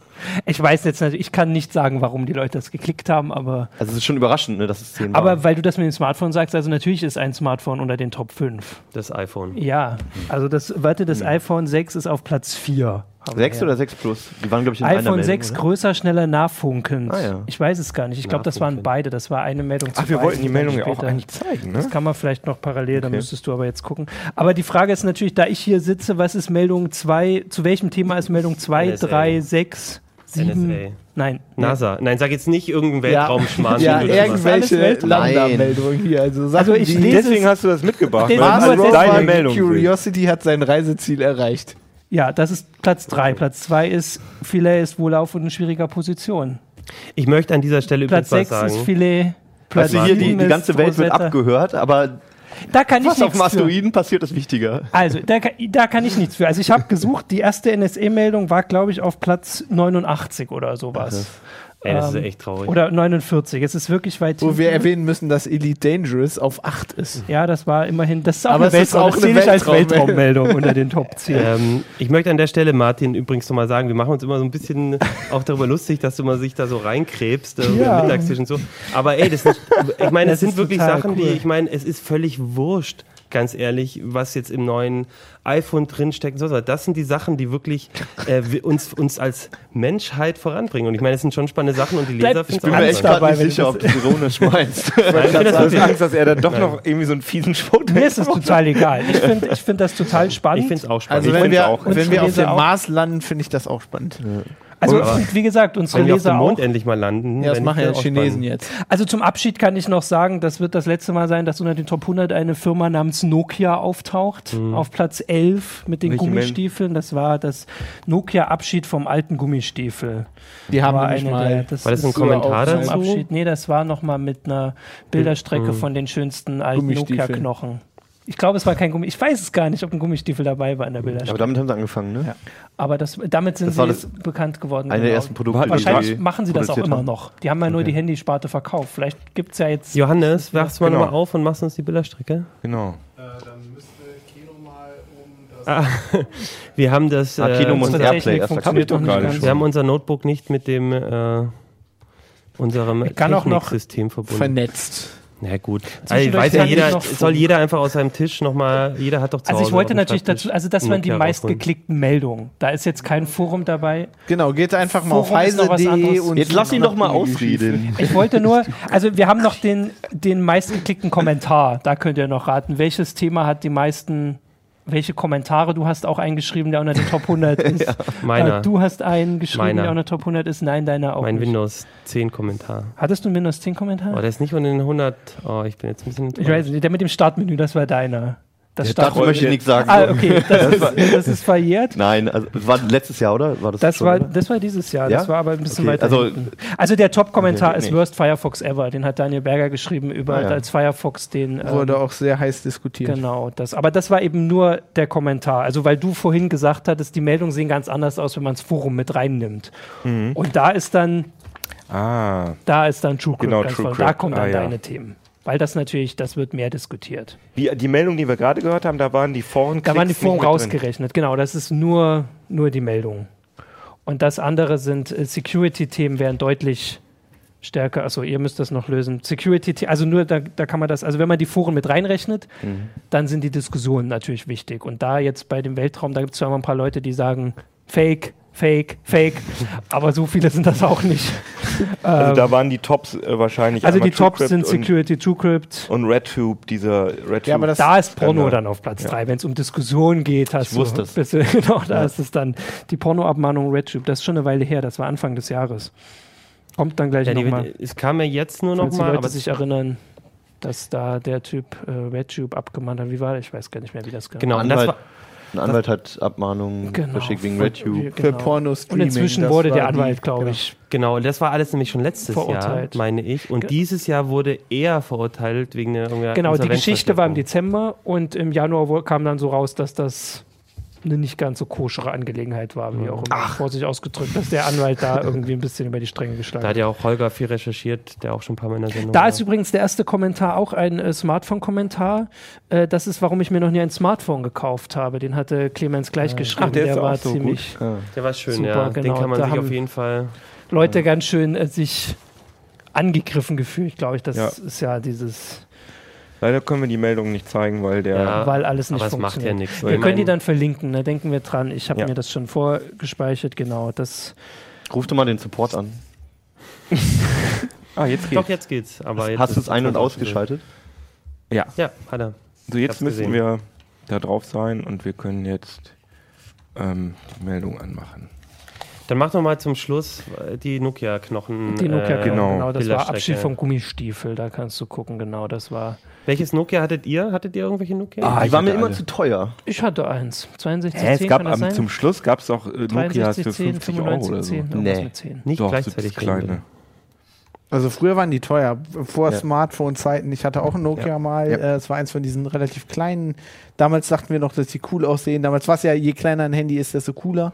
Ich weiß jetzt natürlich, ich kann nicht sagen, warum die Leute das geklickt haben, aber,
Also es ist schon überraschend, ne, dass es
Genau.
10 war.
aber weil du das mit dem Smartphone sagst, also natürlich ist ein Smartphone unter den Top 5.
das iPhone.
Ja, also das, warte,
Hm.
das iPhone 6 ist auf Platz 4.
6 oder 6 Plus? Die waren, glaube ich, in einer
iPhone
Meldung, ne?
6
oder?
größer, schneller, nahfunkend.
Ah, ja.
Ich weiß es gar nicht. Ich glaube, das waren
Nahfunken.
beide. Das war eine Meldung zu
Ach, wir
beiden,
wollten die
dann
Meldung ja auch
später.
eigentlich zeigen, ne?
Das kann man vielleicht noch parallel, da müsstest du aber jetzt gucken. Aber die Frage ist natürlich, da ich hier sitze, was ist Meldung 2, zu welchem Thema ist Meldung 2,
NSA.
3, 6, 7?
NSA.
Nein.
NASA. Nein, sag jetzt nicht irgendeinen Weltraumschmarrn.
Ja,
den du da machst.
irgendwelche
Alles
Lambda-Meldungen hier. Also, Sachen,
Also ich
die-
lese-
Deswegen hast du das mitgebracht.
Das
weil
war
das
nur
also
das
deine
war
Meldung. sind.
Curiosity hat sein Reiseziel erreicht.
Ja, das ist Platz 3. Platz 2 ist, Filet ist wohl auf und in schwieriger Position.
Ich möchte an dieser Stelle
Platz
übrigens
6
was
ist
sagen.
Filet. Platz
Also hier die,
sieben
die
ist
ganze Welt wird
Rosetta.
abgehört, aber
Da kann ich
was auf dem
nichts für.
Asteroiden passiert, ist wichtiger.
Also, da kann, da kann ich nichts für. Also, ich habe gesucht, die erste NSA-Meldung war, glaube ich, auf Platz 89 oder sowas.
Ey, das
Ähm,
ist echt traurig.
Oder 49. Es ist wirklich weit
Wo
hinten.
wir erwähnen müssen, dass Elite Dangerous auf 8 ist.
Ja, das war immerhin. Das ist auch
Aber
eine
es ist
Weltraum.
auch
das
eine
zähle ich als
Weltraum-
Weltraummeldung unter den Top 10.
ähm, ich möchte an der Stelle, Martin, übrigens nochmal sagen, wir machen uns immer so ein bisschen auch darüber lustig, dass du mal sich da so reinkrebst, äh,
Ja.
mittags zwischen so. Aber ey, das ist, ich
Das
meine, das sind
ist
wirklich
total
Sachen,
cool.
die, ich meine, es ist völlig wurscht, ganz ehrlich, was jetzt im neuen iPhone drinsteckt und so weiter. Das sind die Sachen, die wirklich äh, wir- uns, uns als Menschheit voranbringen. Und ich meine, es sind schon spannende Sachen und die
Bleib-
Leser
ich
finden
bin mir
es
echt
auch.
grad
dabei,
nicht
wenn du
sicher, ob du ironisch meinst.
Ich
das
habe
wirklich-
Angst, dass er dann doch noch irgendwie so einen fiesen Schwund
Mir ist es total egal. Ich finde ich find das total spannend.
Ich finde es auch spannend.
Also
Ich
wenn
find's
wir,
auch.
Und
wenn wir auf
Chinesen
dem
auch.
Mars landen, finde ich das auch spannend.
also,
aber-
und wie gesagt, unsere
wenn wir auf
Leser
dem
auch.
Mond endlich mal landen.
Ja, das
wenn
machen
ich
ja
auch
Chinesen
spannend.
jetzt.
Also zum Abschied kann ich noch sagen, das wird das letzte Mal sein, dass unter den Top 100 eine Firma namens Nokia auftaucht.
Mhm.
Auf Platz 11 mit den
Welche Mel-
Gummistiefeln. Das war das Nokia-Abschied vom alten Gummistiefel.
Die haben
war
nämlich
eine
mal.
der- das
War das ein
ist
Kommentar
zum
dazu?
Abschied. Nee, das war nochmal mit einer
Mhm.
Bilderstrecke von den schönsten alten
Gummistiefel.
Nokia-Knochen. Ich glaube, es war kein Gummi. Ich weiß es gar nicht, ob ein Gummistiefel dabei war in der Bilderstrecke.
Mhm. Aber damit haben sie angefangen, ne?
Ja.
Aber das, damit sind
Das
sie
war das-
bekannt geworden.
Eine der
genau.
ersten Produkte, die
Wahrscheinlich
sie
machen sie das auch
produziert
immer
haben.
noch. Die haben ja nur die Handysparte verkauft. Vielleicht gibt es ja jetzt.
Johannes, wachst du mal
Genau.
nochmal auf und machst uns die Bilderstrecke?
Genau.
Ah, Wir haben das. äh,
Ah, Kino muss
unsere
Airplay
Äh, Technik
erst
funktioniert
verkauft.
noch
Gerade
nicht ganz.
Wir haben unser Notebook nicht mit dem äh, unserem
Ich kann auch noch
Techniksystem verbunden.
Vernetzt.
Na gut. Also, weiß ja
kann ich
jeder,
noch
soll jeder einfach aus seinem Tisch nochmal, jeder hat doch zu
Also ich
Hause
wollte
auf dem
natürlich
Schreibtisch
dazu, also das waren die
Nokia rausholen.
meistgeklickten Meldungen. Da ist jetzt kein Forum dabei.
Genau, geht einfach mal auf
Forum ist noch was
heise.de
anderes.
und
Jetzt lass ihn doch mal ausreden.
Ich wollte nur, also wir haben noch den, den meistgeklickten Kommentar. Da könnt ihr noch raten, welches Thema hat die meisten, welche Kommentare du hast auch eingeschrieben, der unter den Top 100 ist.
Meiner.
Äh, Du hast einen geschrieben,
Meiner.
der unter Top 100 ist. Nein, deiner auch
Mein
nicht.
Windows 10 Kommentar.
Hattest du einen Windows 10 Kommentar?
Oh, der ist nicht von den 100. Oh, ich bin jetzt ein bisschen.
Ich weiß nicht, der mit dem Startmenü, das war deiner. Das
Dazu möchte ich nichts sagen.
Ah, okay, das, ist, das ist verjährt.
Nein, also es war letztes Jahr, oder? War das,
Das
schon,
war,
oder?
das war dieses Jahr,
Ja?
das war aber ein bisschen
Okay,
weiter.
also-
hinten. also der Top-Kommentar
Okay,
ist
nee.
Worst Firefox Ever. Den hat Daniel Berger geschrieben über
Ah, ja.
als Firefox den. ähm,
Wurde auch sehr heiß diskutiert.
Genau, das. Aber das war eben nur der Kommentar. Also, weil du vorhin gesagt hattest, die Meldungen sehen ganz anders aus, wenn man das Forum mit reinnimmt.
Mhm.
Und da ist dann,
Ah,
da ist dann True Crypt
Genau,
ganz
True
vorne. Da
Crypt.
kommen
Ah,
dann
ja.
deine Themen. Weil das natürlich, das wird mehr diskutiert.
die, die Meldung, die wir gerade gehört haben, da waren die Foren
Da waren die
Klicks nicht
Foren
mit drin.
rausgerechnet, genau. Das ist nur, nur die Meldung. Und das andere sind äh, Security-Themen, wären deutlich stärker. Also ihr müsst das noch lösen. Security, also nur da, da kann man das, also wenn man die Foren mit reinrechnet,
Mhm.
dann sind die Diskussionen natürlich wichtig. Und da jetzt bei dem Weltraum, da gibt es ja immer ein paar Leute, die sagen, Fake, Fake, Fake. Aber so viele sind das auch nicht. Ähm,
Also da waren die Tops äh, wahrscheinlich.
Also
einmal
die Tops
TrueCrypt
sind Security, TrueCrypt.
Und, und RedTube, dieser RedTube.
Ja, aber das-
Da ist Porno
Genau.
dann auf Platz 3. Wenn es um Diskussionen geht, hast
Ich wusste
du.
es.
Bist du genau, da ist es dann. Die Pornoabmahnung RedTube, das ist schon eine Weile her, das war Anfang des Jahres. Kommt dann gleich
Ja, die,
nochmal.
es kam mir jetzt nur
Falls die
nochmal,
Leute
aber
sich erinnern, dass da der Typ äh, RedTube abgemahnt hat. Wie war das? Ich weiß gar nicht mehr, wie das
genau. Und das
Anwalt,
war,
ein Anwalt hat Abmahnungen
Genau.
verschickt wegen
Für-
RedTube.
Für
Genau. Und
Porno-Streaming.
inzwischen
das
wurde
war
der
die-
Anwalt, glaube
genau.
ich.
genau, und das war alles nämlich schon letztes
Verurteilt.
Jahr, meine ich.
Ge-
Und dieses Jahr wurde er verurteilt wegen einer irgendeiner
Genau, die Geschichte war im
Insolvenzverschleppung.
Dezember und im Januar wo- kam dann so raus, dass das eine nicht ganz so koschere Angelegenheit war,
Mhm.
wie auch immer vorsichtig ausgedrückt, dass der Anwalt da irgendwie ein bisschen über die Stränge geschlagen
Da hat ja auch Holger viel recherchiert, der auch schon ein paar Mal in der Sendung
Da
war.
ist übrigens der erste Kommentar auch ein äh, Smartphone-Kommentar. Äh, das ist, warum ich mir noch nie ein Smartphone gekauft habe. Den hatte Clemens
Äh,
gleich geschrieben.
Ach, der ist auch
war
so
ziemlich
Der war schön,
Super,
ja.
genau.
Den kann man
Da
sich
haben-
auf jeden Fall.
Leute ganz schön äh, sich angegriffen gefühlt, glaube ich. Das
Ja.
ist ja dieses,
Leider können wir die Meldung nicht zeigen, weil der.
Ja.
weil alles nicht
aber es macht ja
funktioniert.
nichts.
wir können die dann verlinken, da denken wir dran. Ich habe
Ja.
mir das schon vorgespeichert, genau. Das
Ruf doch mal den Support an.
Ah, jetzt
Doch,
geht's.
jetzt geht's. Aber jetzt
Hast
ist
du es ein- und
schon
ausgeschaltet?
ausgesetzt. Ja, hat er.
So,
hab's
also jetzt müssen
gesehen.
wir da drauf sein und wir können jetzt ähm, die Meldung anmachen.
Dann mach doch mal zum Schluss äh, die Nokia-Knochen.
die Nokia
äh,
Genau.
genau, das war
Bilderstrecke.
Abschied vom Gummistiefel, da kannst du gucken, genau, das war.
Welches Nokia hattet ihr? Hattet ihr irgendwelche Nokia?
Ah, die
ich
war mir
hatte
immer
alle.
zu teuer.
Ich hatte eins. 62
Hä, es gab
kann das
am,
sein?
zum Schluss gab es auch äh, Nokia
63,
für
10,
50 Euro
95,
oder so.
10, irgendwas
Nee.
mit 10.
Nicht
Doch, das
gleichzeitig.
ist kleine.
Also früher waren die teuer. Vor
Ja.
Smartphone-Zeiten. Ich hatte auch ein Nokia mal.
Ja.
Äh, es war eins von diesen relativ kleinen. Damals dachten wir noch, dass die cool aussehen. Damals war es ja, je kleiner ein Handy ist, desto cooler.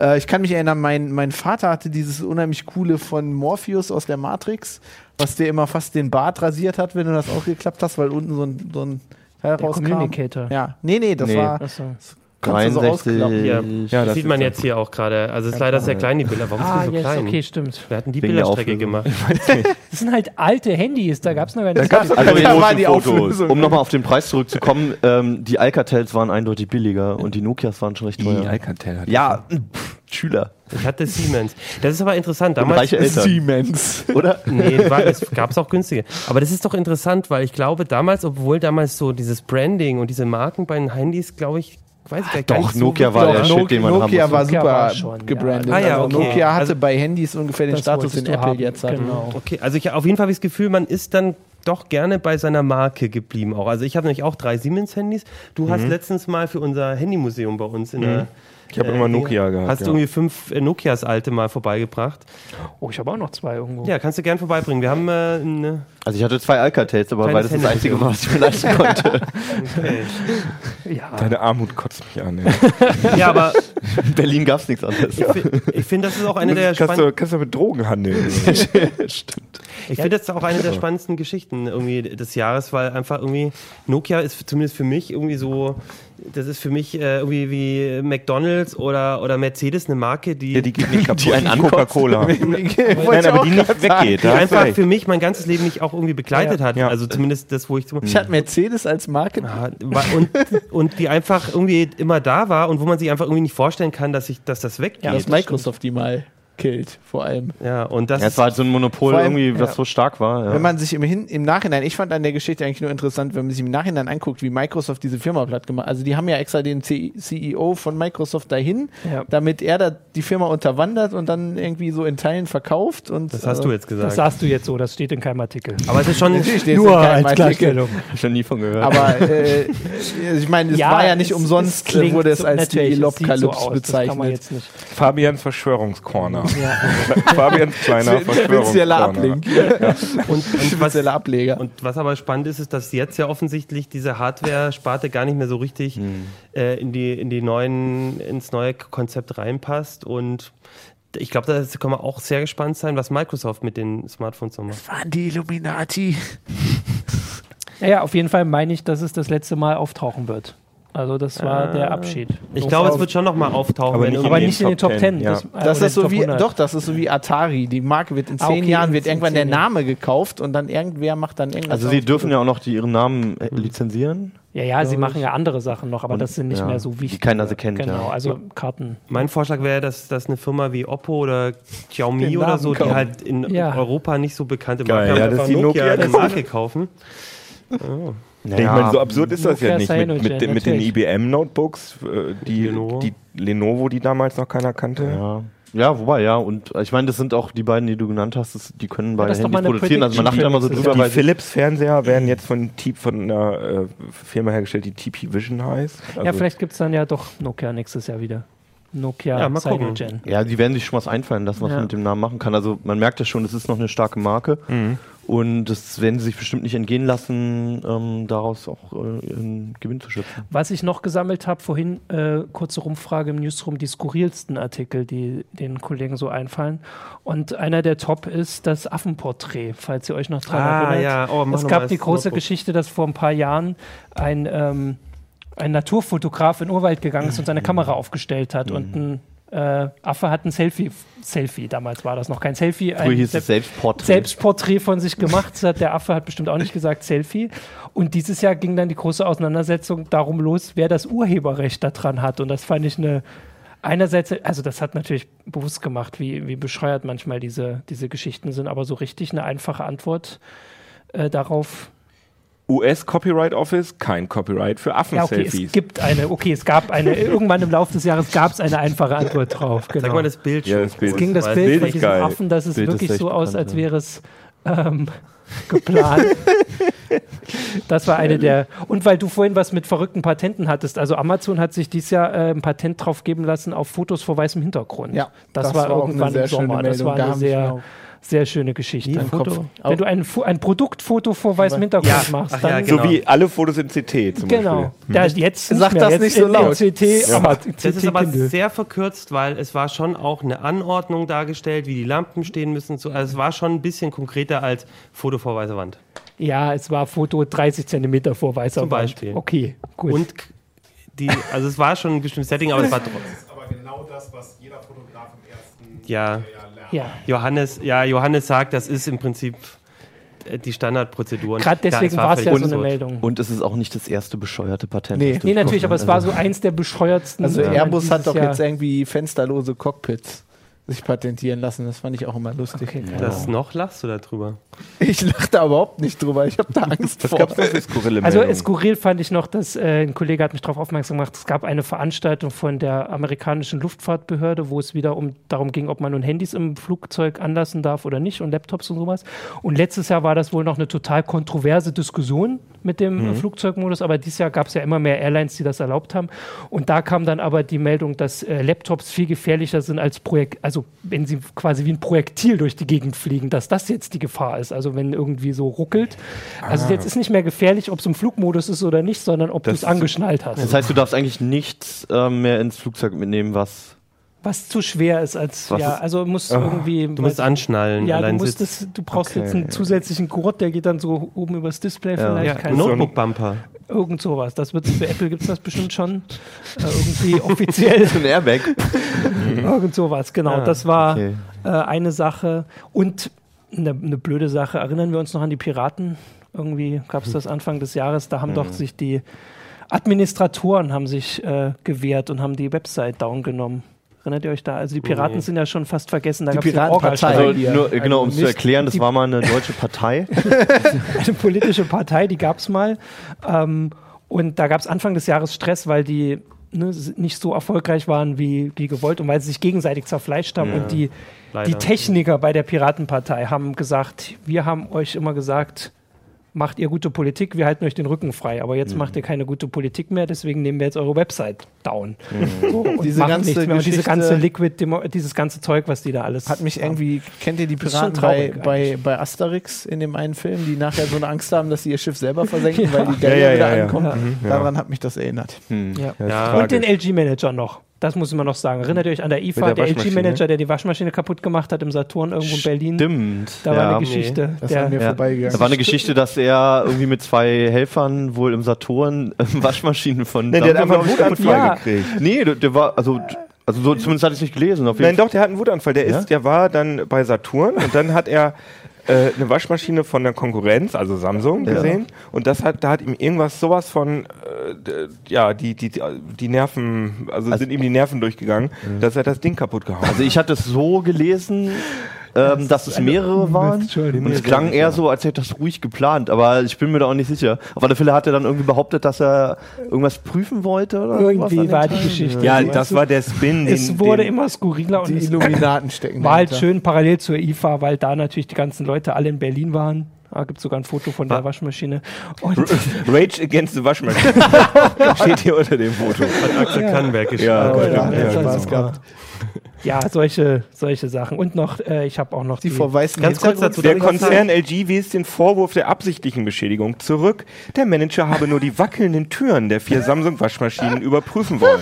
Äh, ich kann mich erinnern, mein, mein Vater hatte dieses unheimlich coole von Morpheus aus der Matrix, was dir immer fast den Bart rasiert hat, wenn du das auch geklappt hast, weil unten so ein, so ein Teil
Der
rauskam.
Communicator.
Ja, nee, nee, das
Nee.
war
Achso.
Kannst du so ausklappen.
Hier.
Ja,
das
das
sieht
ist
man
so.
jetzt hier auch gerade. Also es ist leider sehr klein, die Bilder. Warum
Ah,
sind die so
jetzt,
klein?
okay, stimmt.
Wir hatten die
Wegen der
Bilderstrecke gemacht.
Das sind halt alte Handys, da gab es noch gar nicht.
gab's
Also
Da war
großen
die
Fotos.
Auflösung.
Um nochmal auf den Preis zurückzukommen, ähm, die Alcatels waren eindeutig billiger und die Nokias waren schon recht
Die
teuer.
Alcatel hat
Ja, pff, Schüler.
Ich hatte Siemens. Das ist aber interessant.
Und
Damals
reiche Eltern,
Siemens.
oder?
Nee, gab es auch günstige. Aber das ist doch interessant, weil ich glaube, damals, obwohl damals so dieses Branding und diese Marken bei den Handys, glaube ich, weiß ich gar
Doch,
nicht. so wirklich-
Nokia war der
Doch,
Shit, den man
Nokia
haben
war
Nokia
super
war schon,
gebrandet.
ja. Ah, ja,
also
okay.
Nokia hatte
Also-
bei Handys ungefähr den
Das
Status,
wolltest
den
du
Apple
haben,
jetzt hat. ne?
genau.
Okay, also ich auf jeden Fall habe ich das Gefühl, man ist dann doch gerne bei seiner Marke geblieben auch. Also ich habe nämlich auch drei Siemens-Handys. Du hast letztens mal für unser Handymuseum bei uns in der äh,
Ich habe immer Nokia gehabt.
Hast du
äh, ja.
irgendwie fünf äh, Nokias alte mal vorbeigebracht?
Oh, ich habe auch noch zwei irgendwo.
Ja, kannst du gern vorbeibringen. Wir haben äh, eine.
Also ich hatte zwei Alcatels, aber
Kleines
weil das das
Handy.
einzige war, was ich mir leisten konnte.
Ja.
Deine Armut kotzt mich an. Ey.
Ja, aber
In Berlin gab es nichts anderes.
ich, fi- ich finde, das ist auch eine der
kannst,
spannendsten.
du, kannst du mit Drogen handeln.
Stimmt.
Ich finde das auch eine der spannendsten Geschichten irgendwie des Jahres, weil einfach irgendwie Nokia ist zumindest für mich irgendwie so, das ist für mich äh, irgendwie wie McDonalds oder, oder Mercedes eine Marke, die, die,
geht nicht kaputt.
Die einen ankotzt.
Coca-Cola. Nein,
Nein,
aber die nicht weggeht. da hast du
einfach
recht.
für mich mein ganzes Leben nicht auch irgendwie begleitet hat.
Ja.
Also zumindest das, wo ich zum
Ich hatte Mercedes als Marke.
Ja, wa- und, und die einfach irgendwie immer da war und wo man sich einfach irgendwie nicht vorstellen kann, dass ich, dass das weggeht.
Ja,
Ja,
dass Microsoft die mal killt, vor allem.
und das
Ja, es war halt so ein Monopol
Vor allem-
irgendwie, was
ja.
so stark war. Ja.
Wenn man sich im, Hin im Nachhinein, ich fand an der Geschichte eigentlich nur interessant, wenn man sich im Nachhinein anguckt, wie Microsoft diese Firma platt gemacht Also die haben ja extra den C CEO von Microsoft dahin,
Ja.
damit er da die Firma unterwandert und dann irgendwie so in Teilen verkauft. Und, äh,
das hast du jetzt
Das
gesagt.
sagst du jetzt so, das steht in keinem Artikel.
Aber es ist schon,
Natürlich nur als Klarstellung.
Hab ich noch nie von gehört.
Aber äh, ich meine, es war ja nicht
es-
umsonst, äh,
es klingt
wurde es
so-
als die
natürlich, es sieht so
Lobkalypse
aus, Das kann man
bezeichnet.
jetzt nicht.
Fabians Verschwörungscorner.
Ja.
Fabians kleiner
Spezieller
Verschwörungscorner.
Ablink. Ja.
und, und was,
Spezieller Ableger.
Und was aber spannend ist, ist, dass jetzt ja offensichtlich diese Hardware-Sparte gar nicht mehr so richtig
Hm.
äh, in die, in die neuen, ins neue Konzept reinpasst. Und ich glaube, da kann man auch sehr gespannt sein, was Microsoft mit den Smartphones so macht.
waren die Illuminati.
Naja, auf jeden Fall meine ich, dass es das letzte Mal auftauchen wird. Also das war der Abschied.
Ich glaube, es wird schon nochmal auftauchen.
Aber nicht
wenn
in
irgendwie-
aber nicht in den Top 10.
ja.
Das, äh,
Das
oder
ist so
Top
wie,
100.
doch, das ist so wie Atari. Die Marke wird in
Ah,
zehn
okay,
Jahren
in
wird
zehn-
irgendwann der
zehn Jahren.
Name gekauft und dann irgendwer macht dann irgendwas.
also sie dürfen ja auch noch die, ihren Namen
Mhm.
äh, lizenzieren.
Ja, ja, sie machen ja andere Sachen noch, aber das sind nicht
ja,
mehr so wichtig.
die keiner so kennt,
Genau,
ja.
also Karten.
Mein Vorschlag wäre, dass, dass eine Firma wie Oppo oder Xiaomi
Den
oder
Namen
so, die
kaufen.
halt in
Ja.
Europa nicht so bekannte
Geil,
Marken
ja,
haben,
dass
einfach
die Nokia-
eine Marke kaufen.
Ich meine, so absurd ist das
Nokia
ja nicht. Mit,
Cyanogen,
mit, den- mit den
natürlich.
IBM-Notebooks, äh, die, Lenovo.
Lenovo.
die Lenovo, die damals noch keiner kannte.
ja. ja, wobei, ja. Und äh, ich meine, das sind auch die beiden, die du genannt hast, das, die können beide
das ist doch
Handys
mal eine
produzieren. Also man lacht ja immer so
Prediction.
drüber,
Die
weil sie-
Philips-Fernseher werden jetzt von, T- von einer äh, Firma hergestellt, die TP Vision heißt. Also
ja, vielleicht gibt es dann ja doch Nokia nächstes Jahr wieder. Nokia
Ja, mal gucken.
Cyanogen.
Ja, die werden sich schon was einfallen lassen, was
Ja.
man mit dem Namen machen kann. Also man merkt ja schon, es ist noch eine starke Marke und das werden sie sich bestimmt nicht entgehen lassen, ähm, daraus auch äh, einen Gewinn zu schöpfen.
Was ich noch gesammelt habe, vorhin äh, kurze Rumfrage im Newsroom, die skurrilsten Artikel, die den Kollegen so einfallen. Und einer der Top ist das Affenporträt, falls ihr euch noch dran
Ah,
erinnert.
ja. Oh, mach
es
noch mal
gab die
das
große
Notebook.
Geschichte, dass vor ein paar Jahren ein, ähm, ein Naturfotograf in den Urwald gegangen ist und seine Kamera aufgestellt hat und
Mhm.
ein äh, Affe hat ein Selfie, Selfie, damals war das noch kein Selfie,
Früher
ein
hieß
Sep-
es Selbstporträt.
Selbstporträt von sich gemacht hat. Der Affe hat bestimmt auch nicht gesagt Selfie. Und dieses Jahr ging dann die große Auseinandersetzung darum los, wer das Urheberrecht daran hat. Und das fand ich eine. Einerseits, also das hat natürlich bewusst gemacht, wie, wie bescheuert manchmal diese, diese Geschichten sind, aber so richtig eine einfache Antwort äh, darauf.
US-Copyright Office, kein Copyright für
Ja, okay,
Affen-Selfies.
es gibt eine, okay, es gab eine, irgendwann im Laufe des Jahres gab es eine einfache Antwort drauf. Genau.
Sag mal das Bild
Ja,
schon
das Bild.
kurz,
ging das
weil-
Bild
Bild
von
ist
diesem
geil.
Affen, das ist
Bild ist
wirklich
echt
so aus,
bekannt,
als
ja.
wäre es ähm, geplant. Das war eine der. Und weil du vorhin was mit verrückten Patenten hattest, also Amazon hat sich dieses Jahr äh, ein Patent drauf geben lassen auf Fotos vor weißem Hintergrund.
Ja,
das,
das
war,
war auch eine
irgendwann
sehr
im Sommer.
schöne
Das war
Meldung,
eine
da hab ich genau
sehr,
auch-
sehr schöne Geschichte.
im
Foto-
Kopf.
Wenn du ein, Fo- ein Produktfoto vor weißem Hintergrund
Ja,
machst,
ach
dann
ja,
So
Genau.
wie alle Fotos in CT zum
Genau. Da, jetzt nicht
Sag
mehr.
das
jetzt
nicht so
in-
laut.
In CT, aber CT
Das ist aber
Kindle.
sehr verkürzt, weil es war schon auch eine Anordnung dargestellt, wie die Lampen stehen müssen. So, Also es war schon ein bisschen konkreter als Foto vor weißer Wand.
Ja, es war Foto 30 Zentimeter vor weißer
Zum
Wand.
Beispiel.
Okay, gut.
Und die, also es war schon ein bestimmtes Setting, aber es war trotzdem.
ist aber genau das, was jeder Fotograf im ersten
Ja.
Jahr lernt.
Ja.
Johannes, ja, Johannes sagt, das ist im Prinzip äh, die Standardprozedur.
Gerade
Ja,
deswegen
war
war es ja so
völlig
eine
absurd.
Meldung.
Und es ist auch nicht das erste bescheuerte Patent.
Nee.
das
Nee, natürlich, aber es war
durchkommt.
so eins der bescheuertsten.
Also
Sachen
Airbus hat
dieses
doch
Jahr.
jetzt irgendwie fensterlose Cockpits sich patentieren lassen. Das fand ich auch immer lustig.
Okay.
Das noch lachst du darüber.
Ich lache da überhaupt nicht drüber. Ich habe da Angst
Was
vor.
gab's noch für skurrile
Also
Meldungen?
skurril fand ich noch, dass äh, ein Kollege hat mich darauf aufmerksam gemacht, es gab eine Veranstaltung von der amerikanischen Luftfahrtbehörde, wo es wieder um darum ging, ob man nun Handys im Flugzeug anlassen darf oder nicht und Laptops und sowas. Und letztes Jahr war das wohl noch eine total kontroverse Diskussion mit dem
Mhm.
äh, Flugzeugmodus, aber dieses Jahr gab es ja immer mehr Airlines, die das erlaubt haben. Und da kam dann aber die Meldung, dass äh, Laptops viel gefährlicher sind als Projekt, also wenn sie quasi wie ein Projektil durch die Gegend fliegen, dass das jetzt die Gefahr ist. Also wenn irgendwie so ruckelt.
Ah.
Also jetzt ist nicht mehr gefährlich, ob es im Flugmodus ist oder nicht, sondern ob du
Das
es angeschnallt hast.
halt
Das heißt, du darfst eigentlich nichts äh, mehr ins Flugzeug mitnehmen, was.
Was zu schwer ist als
Was
ja,
ist-
also musst irgendwie
Ah, Du musst anschnallen,
ja, du
allein
musst
sitzt.
das, du brauchst
Okay.
jetzt einen zusätzlichen Gurt, der geht dann so oben übers Display
Ja,
vielleicht
ein
kein
Notebook-Bumper.
irgend sowas. Das wird für Apple gibt's das bestimmt schon äh, irgendwie offiziell
Ein Airbag.
irgend sowas. Genau,
Ah,
das war
okay.
äh, eine Sache und eine, eine blöde Sache. Erinnern wir uns noch an die Piraten? Irgendwie gab es das Anfang des Jahres. Da haben doch
Mhm.
sich die Administratoren haben sich äh, gewehrt und haben die Website down genommen. Erinnert ihr euch da? Also die Piraten
Nee.
sind ja schon fast vergessen. Da
Die
gab's den
Piratenpartei.
Orgelstreik.
Also,
Nein, hier.
nur, genau, um
Also
zu
nicht
erklären, das
die-
war mal eine deutsche Partei.
eine politische Partei, die gab es mal. Ähm, und da gab es Anfang des Jahres Stress, weil die ne, s- nicht so erfolgreich waren wie, wie gewollt und weil sie sich gegenseitig zerfleischt haben. Und die,
Leider.
die Techniker bei der Piratenpartei haben gesagt, wir haben euch immer gesagt, macht ihr gute Politik, wir halten euch den Rücken frei. Aber jetzt macht ihr keine gute Politik mehr, deswegen nehmen wir jetzt eure Website down. So, und
Diese
machen
ganze
nichts mehr. Und diese
Geschichte-
ganze Liquid, Demo- dieses ganze Zeug, was die da alles
Hat mich
haben.
irgendwie, kennt ihr die
ist schon
Piraten bei,
traurig
bei, bei Asterix in dem einen Film, die nachher so eine Angst haben, dass sie ihr Schiff selber versenken, weil die Gelder
Ja, ja,
wieder
ja, ja.
ankommen?
Mhm, ja.
Daran hat mich das erinnert.
Ja.
Ja.
Und den LG-Manager noch. Das muss man noch sagen. Erinnert ihr euch an der IFA,
der
der,
Waschmaschine?
LG-Manager, der die Waschmaschine kaputt gemacht hat im Saturn irgendwo in Berlin?
Stimmt.
Da war
ja.
eine Geschichte.
Das
der,
an mir
Ja.
vorbeigegangen.
Da war eine Geschichte, dass er irgendwie mit zwei Helfern wohl im Saturn äh, Waschmaschinen von.
Nein, der hat
Samsung,
einfach einen
glaub ich,
Wutanfall
Ja.
gekriegt.
kaputt- Nee, der, der war. Also, also so, zumindest hatte ich es nicht gelesen. Auf
Nein,
jeden
doch, der hat einen Wutanfall. Der
Ja?
ist, der war dann bei Saturn und dann hat er äh, eine Waschmaschine von der Konkurrenz, also Samsung, gesehen. Und das hat, da hat ihm irgendwas sowas von, äh, d- ja, die, die, die Nerven, also, sind ihm die Nerven durchgegangen, dass er das Ding kaputt gehauen hat.
Also ich hatte es so gelesen, ähm, dass es mehrere waren. Und es klang eher so, als hätte das ruhig geplant, aber ich bin mir da auch nicht sicher. Auf alle Fälle hat er dann irgendwie behauptet, dass er irgendwas prüfen wollte oder sowas an
irgendwie
dem
war
Tag.
die Geschichte.
Ja, das war der Spin.
es wurde immer skurriler und
Die
es
Illuminaten stecken
war halt
dahinter.
schön parallel zur IFA, weil da natürlich die ganzen Leute alle in Berlin waren. Da gibt es sogar ein Foto von der Waschmaschine. Und
Rage Against the Waschmaschine steht hier unter dem Foto. Oh,
Hat Axel Kannenberg geschrieben.
Ja,
Ja,
ja,
das
ja,
war's
genau.
gehabt.
ja, solche, solche Sachen. Und noch, äh, ich habe auch noch
Die vor weißen
Ganz kurz dazu,
Der
darf ich was sagen?
Konzern LG wies den Vorwurf der absichtlichen Beschädigung zurück. Der Manager habe nur die wackelnden Türen der vier Samsung-Waschmaschinen überprüfen wollen.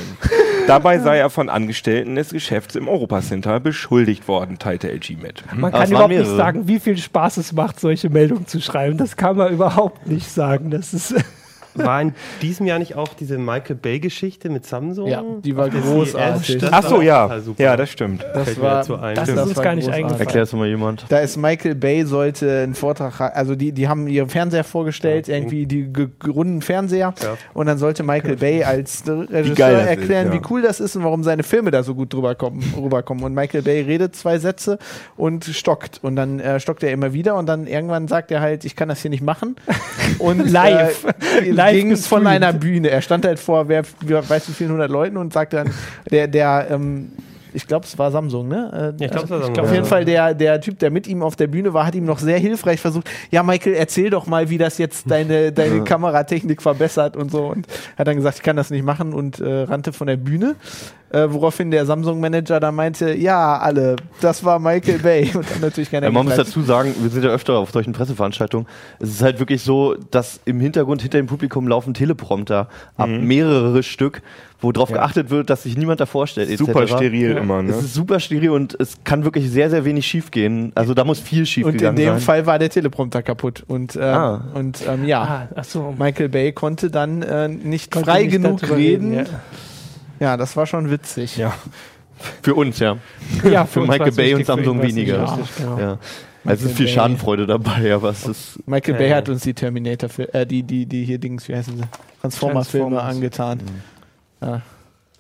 Dabei sei er von Angestellten des Geschäfts im Europacenter beschuldigt worden, teilte LG mit.
Man
Aber
kann
Ah, es waren
überhaupt nicht
mehrere.
sagen, wie viel Spaß es macht, solche Meldungen zu schreiben. Das kann man überhaupt nicht sagen. Das ist
War in diesem Jahr nicht auch diese Michael Bay-Geschichte mit Samsung?
Ja, die war
Das
großartig.
CES, das
Ach so,
war
ja.
total super.
Ja, das stimmt.
Fällt
Das
mir
war,
dazu ein.
Das ist uns
war
gar nicht
großartig.
eingefallen.
Erklär es mal jemand.
Da ist Michael Bay sollte einen Vortrag, ha- also die, die haben ihren Fernseher vorgestellt, irgendwie die ge- runden Fernseher.
Ja.
Und dann sollte Michael Bay als äh, Regisseur
geil das ist,
erklären,
ja.
wie cool das ist und warum seine Filme da so gut drüber kommen, rüberkommen. Und Michael Bay redet zwei Sätze und stockt. Und dann äh, stockt er immer wieder und dann irgendwann sagt er halt, ich kann das hier nicht machen. Und
Live.
äh,
Live
ging es von
gestreamt.
einer Bühne. Er stand halt vor, wer, wer weiß wie vielen hundert Leuten und sagte dann, der, der, ähm, ich glaube, es war Samsung, ne? Äh,
Ja, ich glaube, das war
auf
Samsung.
jeden Fall der, der Typ, der mit ihm auf der Bühne war, hat ihm noch sehr hilfreich versucht, ja Michael, erzähl doch mal, wie das jetzt deine, deine Kameratechnik verbessert und so. Und hat dann gesagt, ich kann das nicht machen und äh, rannte von der Bühne. Äh, woraufhin der Samsung-Manager da meinte, ja, alle, das war Michael Bay. Und dann natürlich keiner
Ja, man muss
geglaubt.
dazu sagen, wir sind ja öfter auf solchen Presseveranstaltungen. Es ist halt wirklich so, dass im Hintergrund hinter dem Publikum laufen Teleprompter ab
Mhm.
mehrere Stück, wo darauf geachtet wird, dass sich niemand davor stellt.
Super
etc.
steril immer,
Es
ne?
ist super steril und es kann wirklich sehr, sehr wenig schief gehen. Also da muss viel schief
Und in
gegangen
dem
sein.
Fall war der Teleprompter kaputt. Und, ähm,
Ah.
und ähm, ja,
Ah, ach so.
Michael Bay konnte dann äh, nicht
Konnte
frei
nicht
genug
darüber
reden.
ja.
ja. das war schon witzig.
Ja.
Für uns, ja.
Ja,
Für
uns
Michael
war's
Bay
wichtig,
und Samsung
für ihn war's
weniger.
nicht wichtig, genau.
ja. Also es ist viel
Bay.
Schadenfreude dabei, aber es ist
Michael
Ja,
Bay
ja.
hat uns die Terminator, fil- äh, die, die, die hier Dings, wie heißen sie? Transformer-Filme
Transformers.
angetan.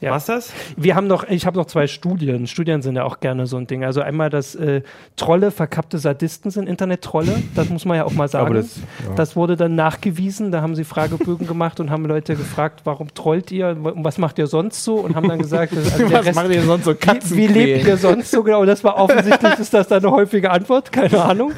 Ja.
Was das?
Wir haben noch, ich habe noch zwei Studien. Studien sind ja auch gerne so ein Ding. Also einmal, dass äh, Trolle verkappte Sadisten sind, Internet-Trolle. Das muss man ja auch mal sagen.
Aber
das,
das- ja.
wurde dann nachgewiesen. Da haben sie Fragebögen gemacht und haben Leute gefragt, warum trollt ihr? Und was macht ihr sonst so? Und haben dann gesagt, dass- also der
Was
Rest,
machen die sonst so
wie,
Katzen?
wie lebt ihr sonst so genau? Das war offensichtlich, ist das dann eine häufige Antwort, keine Ahnung.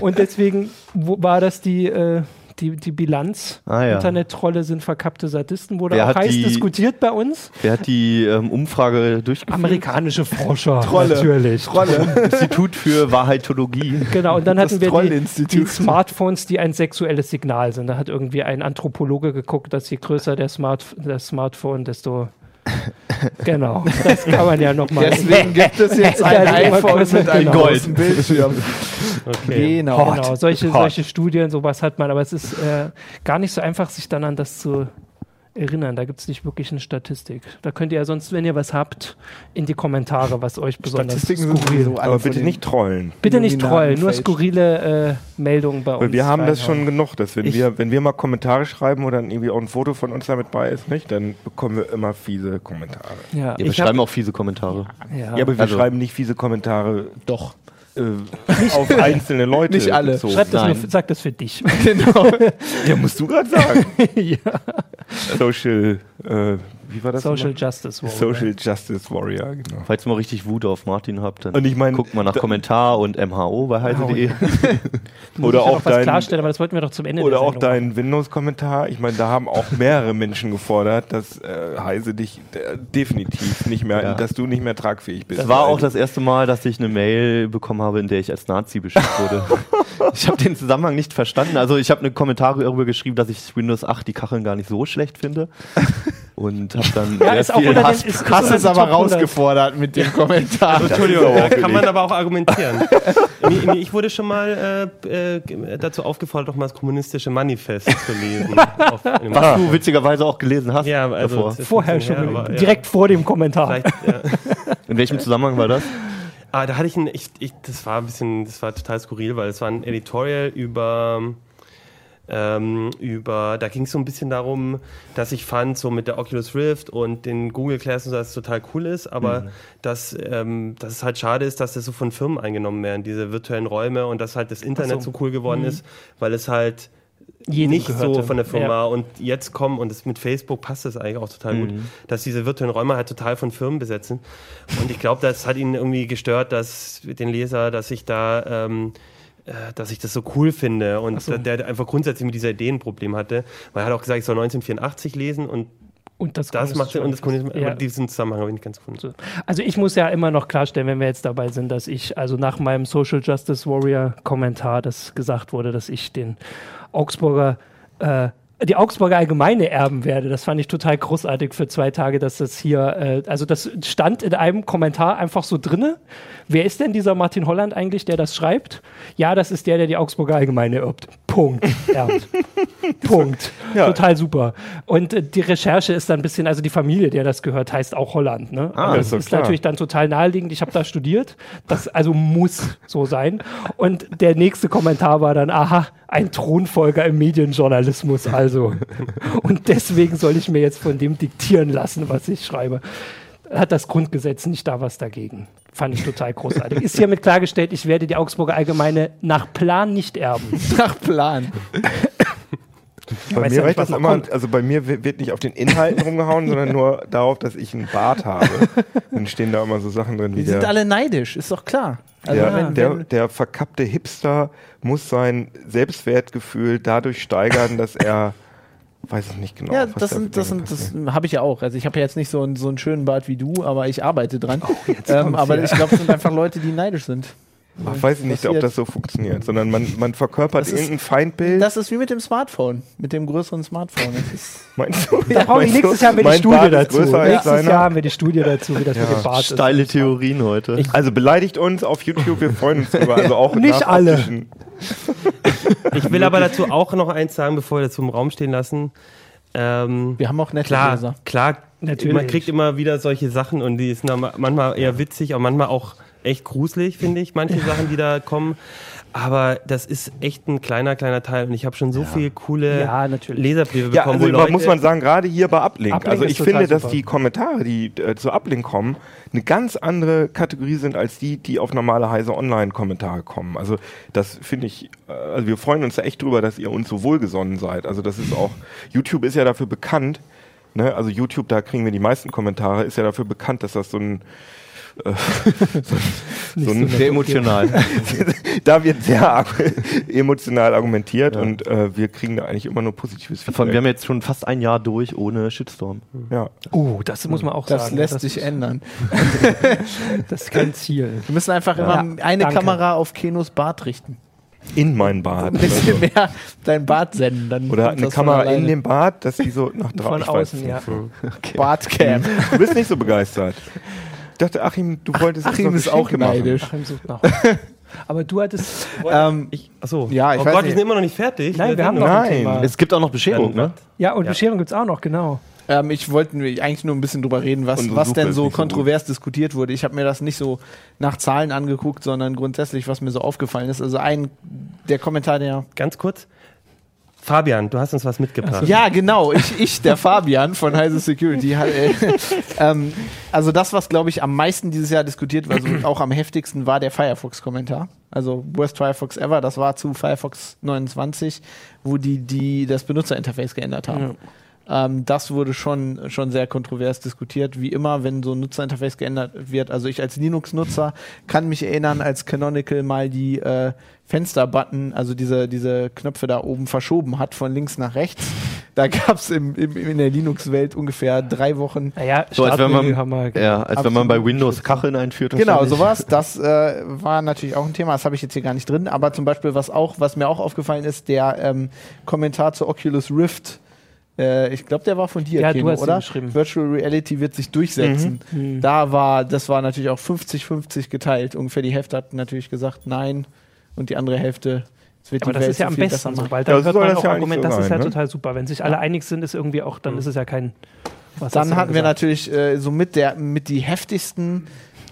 Und deswegen wo, war das die, äh, die, die Bilanz.
Ah, ja.
Internet-Trolle sind verkappte Sadisten, wurde
Wer
auch
hat
heiß
die-
diskutiert bei uns.
Wer hat die ähm, Umfrage durchgeführt?
Amerikanische Forscher,
Trolle.
natürlich.
Rolle?
Institut für Wahrheitologie.
Genau, und dann
Das
hatten wir die,
Trollinstitut.
die Smartphones, die ein sexuelles Signal sind. Da hat irgendwie ein Anthropologe geguckt, dass je größer der Smart, das Smartphone, desto. Genau, das kann man ja nochmal.
Deswegen gibt es jetzt ein
Ja, die
iPhone
Obergröße.
mit einem
Gold.
großen Bildschirm. Genau.
Genau, solche,
Hot.
solche Studien, sowas hat man, aber es ist äh, gar nicht so einfach, sich dann an das zu erinnern. Da gibt es nicht wirklich eine Statistik. Da könnt ihr ja sonst, wenn ihr was habt, in die Kommentare, was euch besonders
Statistiken sind sowieso alle
Aber
von
bitte
den-
nicht trollen.
Bitte nicht trollen, nur
Illuminatenfälsch.
skurrile äh, Meldungen bei uns.
Weil wir haben das
reinhauen.
schon genug, dass wenn
Ich-
wir, wenn wir mal Kommentare schreiben oder dann irgendwie auch ein Foto von uns damit bei ist, nicht, dann bekommen wir immer fiese Kommentare.
Ja,
Ja, wir
ich hab,
schreiben auch fiese Kommentare.
ja.
Ja, aber wir
Also-
schreiben nicht fiese Kommentare
Doch.
äh, auf einzelne Leute.
Nicht alle.
bezogen.
Schreib das nur,
Nein.
für- sag das für dich.
Genau.
Ja, musst du gerade sagen. Social, äh, wie war das?
Social
nochmal?
Justice Warrior.
Social Justice Warrior, genau.
Falls ihr mal richtig Wut auf Martin habt, dann
Und ich meine,
guckt mal nach
da-
Kommentar und MHO bei heise.de.
Muss
oder
ich ja
auch
noch was
dein-
klarstellen, aber das wollten wir doch zum Ende
Oder auch
Sendung
dein Windows-Kommentar. Ich meine, da haben auch mehrere Menschen gefordert, dass äh, Heise dich äh, definitiv nicht mehr,
Ja.
dass du nicht mehr tragfähig bist. Also,
Es war auch das erste Mal, dass ich eine Mail bekommen habe, in der ich als Nazi beschimpft wurde. ich habe den Zusammenhang nicht verstanden. Also ich habe eine Kommentare darüber geschrieben, dass ich Windows 8 die Kacheln gar nicht so schlecht finde. Und habe dann
Ja,
sehr
ist auch
viel
unter den-
Hass
ist- ist
Hast
unter
es
den
aber
Top 100.
rausgefordert mit dem Kommentar.
Oh,
Entschuldigung,
Da kann man aber auch argumentieren. Mir- mir- ich wurde schon mal äh, äh, dazu aufgefordert, auch mal das kommunistische Manifest zu lesen. Auf einem-
was du witzigerweise auch gelesen hast
ja, also
Ah. davor.
es ist
Vorher
ein bisschen
schon,
her, aber, ja.
direkt vor dem Kommentar.
Vielleicht, ja.
In welchem Zusammenhang war das?
Ah, da hatte ich ein, ich, ich, das war ein bisschen, das war total skurril, weil es war ein Editorial über, ähm, über, da ging es so ein bisschen darum, dass ich fand, so mit der Oculus Rift und den Google Glass und so, dass es total cool ist, aber dass, ähm, dass es halt schade ist, dass das so von Firmen eingenommen werden, diese virtuellen Räume und dass halt das Internet so. cool geworden ist, weil es halt
Jedem
nicht
gehörte.
so von der Firma
Ja.
und jetzt kommen und das mit Facebook passt das eigentlich auch total gut, dass diese virtuellen Räume halt total von Firmen besetzen und ich glaube, das hat ihnen irgendwie gestört, dass den Leser, dass ich da ähm, äh, dass ich das so cool finde und da- der einfach grundsätzlich mit dieser Idee ein Problem hatte, weil er hat auch gesagt, ich soll 1984 lesen und
Und das,
Oh, das macht Sinn und das Kommunismus,
Ja.
aber diesen Zusammenhang habe ich nicht ganz gefunden.
So. Also ich muss ja immer noch klarstellen, wenn wir jetzt dabei sind, dass ich, also nach meinem Social Justice Warrior Kommentar, das gesagt wurde, dass ich den Augsburger, äh, die Augsburger Allgemeine erben werde. Das fand ich total großartig für zwei Tage, dass das hier, äh, also das stand in einem Kommentar einfach so drinne. Wer ist denn dieser Martin Holland eigentlich, der das schreibt? Ja, das ist der, der die Augsburger Allgemeine erbt. Punkt. Erbt. Punkt. Total super. Und äh, die Recherche ist dann ein bisschen, also die Familie, der das gehört, heißt auch Holland. Ne?
Ah,
Also
ist doch
ist
klar.
natürlich dann total naheliegend. Ich habe da studiert. Das also muss so sein. Und der nächste Kommentar war dann, aha, ein Thronfolger im Medienjournalismus also. Und deswegen soll ich mir jetzt von dem diktieren lassen, was ich schreibe. Hat das Grundgesetz nicht da was dagegen? Fand ich total großartig. Ist hiermit klargestellt, ich werde die Augsburger Allgemeine nach Plan nicht erben.
Nach Plan.
Bei
weiß
mir
ja nicht,
reicht
was
das
noch
immer,
kommt.
also bei mir wi- wird nicht auf den Inhalten rumgehauen, sondern nur darauf, dass ich einen Bart habe. Dann stehen da immer so Sachen drin wie
Die sind
der,
alle neidisch, ist doch klar. Also
der,
wenn,
der,
wenn,
der verkappte Hipster muss sein Selbstwertgefühl dadurch steigern, dass er weiß es nicht genau.
Ja,
was
das,
da
sind, das,
für Dinge
sind, das
passieren.
habe ich ja auch. Also ich habe ja jetzt nicht so einen, so einen schönen Bart wie du, aber ich arbeite dran. ähm,
kommt's
aber
hier.
ich glaube, es sind einfach Leute, die neidisch sind.
Ich weiß nicht, ob
passiert.
das so funktioniert, sondern man, man verkörpert
Das ist-
irgendein Feindbild.
Das ist wie mit dem Smartphone, mit dem größeren Smartphone. Das ist,
meinst du?
Da brauchen wir
Meinst du,
nächstes Jahr haben wir die
mein
Studie
Bart ist
dazu.
größer als
Nächstes
seiner?
Jahr haben wir die Studie dazu, wie das mit dem Bart ist.
Steile Theorien heute.
Also beleidigt uns auf YouTube, wir freuen uns drüber. Also auch
Nicht
nach
alle.
optischen-
Ich will aber dazu auch noch eins sagen, bevor wir das im Raum stehen lassen. Ähm,
wir haben auch nette
klar,
Leser.
klar,
Natürlich.
man kriegt immer wieder solche Sachen und die sind dann ma- manchmal eher witzig, aber manchmal auch echt gruselig, finde ich, manche Sachen, die da kommen. Aber das ist echt ein kleiner, kleiner Teil und ich habe schon so viele coole
Ja, natürlich.
Leserbriefe bekommen.
Ja, also
wo
über-
Leute-
muss man sagen, gerade hier bei Uplink.
Uplink
also
ist
ich
total
finde, dass
super.
die Kommentare, die äh, zu Uplink kommen, eine ganz andere Kategorie sind als die, die auf normale Heise Online-Kommentare kommen. Also das finde ich, äh, also wir freuen uns da echt drüber, dass ihr uns so wohlgesonnen seid. Also das ist auch, YouTube ist ja dafür bekannt, ne? also YouTube, da kriegen wir die meisten Kommentare, ist ja dafür bekannt, dass das so ein äh, so, so ein
Sehr emotional.
da wird sehr arg- emotional argumentiert und äh, wir kriegen da eigentlich immer nur positives
Von, wir
Feedback.
haben jetzt schon fast ein Jahr durch ohne Shitstorm.
Ja.
Oh, das muss man auch
Das
sagen.
lässt
das,
sich ändern.
Das ist kein Ziel.
Wir müssen einfach immer eine
danke.
Kamera auf Kenos Bart richten.
In meinen Bart.
Ein bisschen mehr dein Bart senden. Dann
Oder
kommt
eine
das von
Kamera
alleine.
in dem Bad, dass die so nach
Von
draußen.
außen, ja.
Bartcam.
Du bist nicht so begeistert. Ich dachte, Achim, du wolltest uns
Achim
noch
ist auch
Geschenke machen.
neidisch.
Achim sucht nach. Aber du hattest.
Ähm,
Ich, achso.
Ja, ich
oh
weiß
Gott,
nicht.
wir sind immer noch nicht fertig.
Nein, wir haben noch
Nein.
ein Thema.
Es gibt auch noch Bescherung,
Dann-
ne?
Ja, und Bescherung gibt es auch noch, genau.
Ähm, ich wollte mir eigentlich nur ein bisschen drüber reden, was,
Unsere
was
Suche
denn
ist
so
nicht so
kontrovers diskutiert wurde. Ich habe mir das nicht so nach Zahlen angeguckt, sondern grundsätzlich, was mir so aufgefallen ist. Also ein, der Kommentar, der...
Ganz kurz. Fabian, du hast uns was mitgebracht.
Ja, genau, ich, ich der Fabian von Heise Security. hat, äh, ähm, also das, was, glaube ich, am meisten dieses Jahr diskutiert war, so, und auch am heftigsten, war der Firefox-Kommentar. Also Worst Firefox Ever, das war zu Firefox 29, wo die, die das Benutzerinterface geändert haben. Ähm, das wurde schon, schon sehr kontrovers diskutiert. Wie immer, wenn so ein Nutzerinterface geändert wird. Also ich als Linux-Nutzer kann mich erinnern, als Canonical mal die äh, Fensterbutton, also diese, diese Knöpfe da oben verschoben hat, von links nach rechts. Da gab es im, im, in der Linux-Welt ungefähr drei Wochen.
Naja,
So, als wenn man-
haben wir.
Ja, als wenn man bei Windows Kacheln einführt.
Genau,
wahrscheinlich.
sowas. Das äh, war natürlich auch ein Thema. Das habe ich jetzt hier gar nicht drin. Aber zum Beispiel, was, auch, was mir auch aufgefallen ist, der ähm, Kommentar zu Oculus Rift. Äh, ich glaube, der war von dir,
Ja, du
Keno,
hast ihn
oder?
geschrieben. Mhm.
Virtual Reality wird sich durchsetzen.
Hm.
Da war, das war natürlich auch 50-50 geteilt. Ungefähr die Hälfte hat natürlich gesagt, nein. Und die andere Hälfte, es wird
Aber
die
das
Welt
ist ja
so
am
viel
besten
besser
so,
machen.
weil
Ja,
dann
so
hört
soll
man
das
auch
ja eigentlich
Argument,
so
das ist ja
sein, ne?
total super. Wenn sich alle einig sind, ist irgendwie auch, dann ist es ja kein. Was hast
Dann
du
hatten wir
gesagt?
natürlich äh, somit der, mit die heftigsten,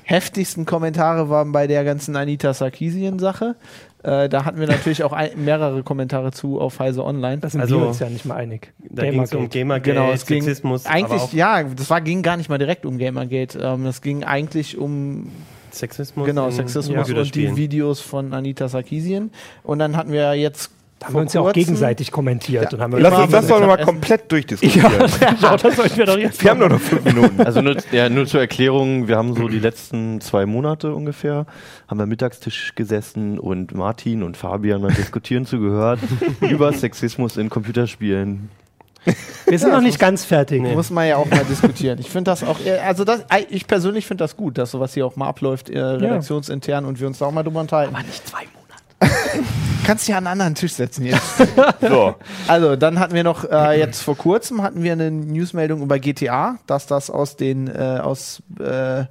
heftigsten Kommentare waren bei der ganzen Anita Sarkisian-Sache. Äh, da hatten wir natürlich auch ein, mehrere Kommentare zu auf Heise Online.
Da sind
Also,
wir uns ja nicht mal einig.
Da ging es um
Gamergate.
Gamergate,
Genau, es ging
Sexismus, aber
eigentlich,
auch
ja, das war, ging gar nicht mal direkt um Gamergate. Ähm, das ging eigentlich um
Sexismus.
genau,
in
Sexismus und die
Computerspielen.
Videos von Anita Sarkisian. Und dann hatten wir jetzt.
Da haben wir uns ja auch gegenseitig kommentiert. und haben
Lass uns
Immer
das
mit
doch nochmal
Essen.
komplett durchdiskutieren.
Schau, das sollten wir doch jetzt.
Wir haben nur noch fünf Minuten.
Also nur, ja, nur zur Erklärung, wir haben so die letzten zwei Monate ungefähr, haben wir Mittagstisch gesessen und Martin und Fabian beim Diskutieren zugehört über Sexismus in Computerspielen.
Wir sind noch nicht ganz fertig.
Muss man ja auch mal diskutieren. Ich finde das auch, äh, also das, äh, ich persönlich finde das gut, dass sowas hier auch mal abläuft, äh, redaktionsintern und wir uns da auch mal drüber unterhalten. Aber nicht zwei Monate. Kannst dich an einen anderen Tisch setzen jetzt.
So.
Also, dann hatten wir noch, äh, jetzt vor kurzem hatten wir eine Newsmeldung über GTA, dass das aus den, äh, aus, äh,
Ja.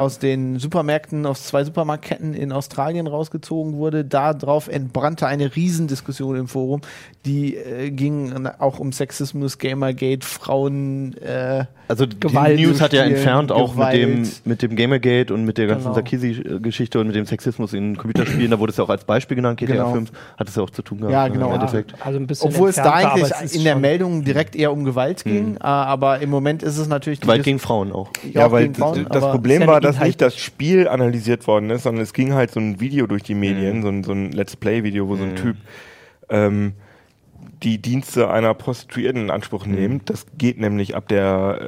aus den Supermärkten, aus zwei Supermarktketten in Australien rausgezogen wurde. Darauf entbrannte eine Riesendiskussion im Forum. Die äh, ging auch um Sexismus, Gamergate, Frauen. Äh,
Also die
Gewalt
News hat ja
im Spiel,
entfernt auch mit dem,
Gewalt.
mit dem Gamergate und mit der ganzen
Genau.
Sarkisi-Geschichte und mit dem Sexismus in Computerspielen, da wurde es ja auch als Beispiel genannt,
Genau.
GTA5, hat es ja auch zu tun gehabt.
Ja,
ne,
genau.
Im
Ja.
Endeffekt.
Also ein bisschen
obwohl es da
entfernter,
eigentlich
aber es ist
in der
schon- Hm.
Meldung direkt eher um Gewalt ging. Äh, aber im Moment ist es natürlich die
Gewalt
Dis-
gegen Frauen auch.
Ja,
auch
weil
gegen Frauen,
das, das
aber-
Problem
ist ja
war,
eine
dass nicht das Spiel analysiert worden ist, sondern es ging halt so ein Video durch die Medien, so, ein, so ein Let's Play-Video, wo so ein Typ ähm, die Dienste einer Prostituierten in Anspruch nimmt. Das geht nämlich ab der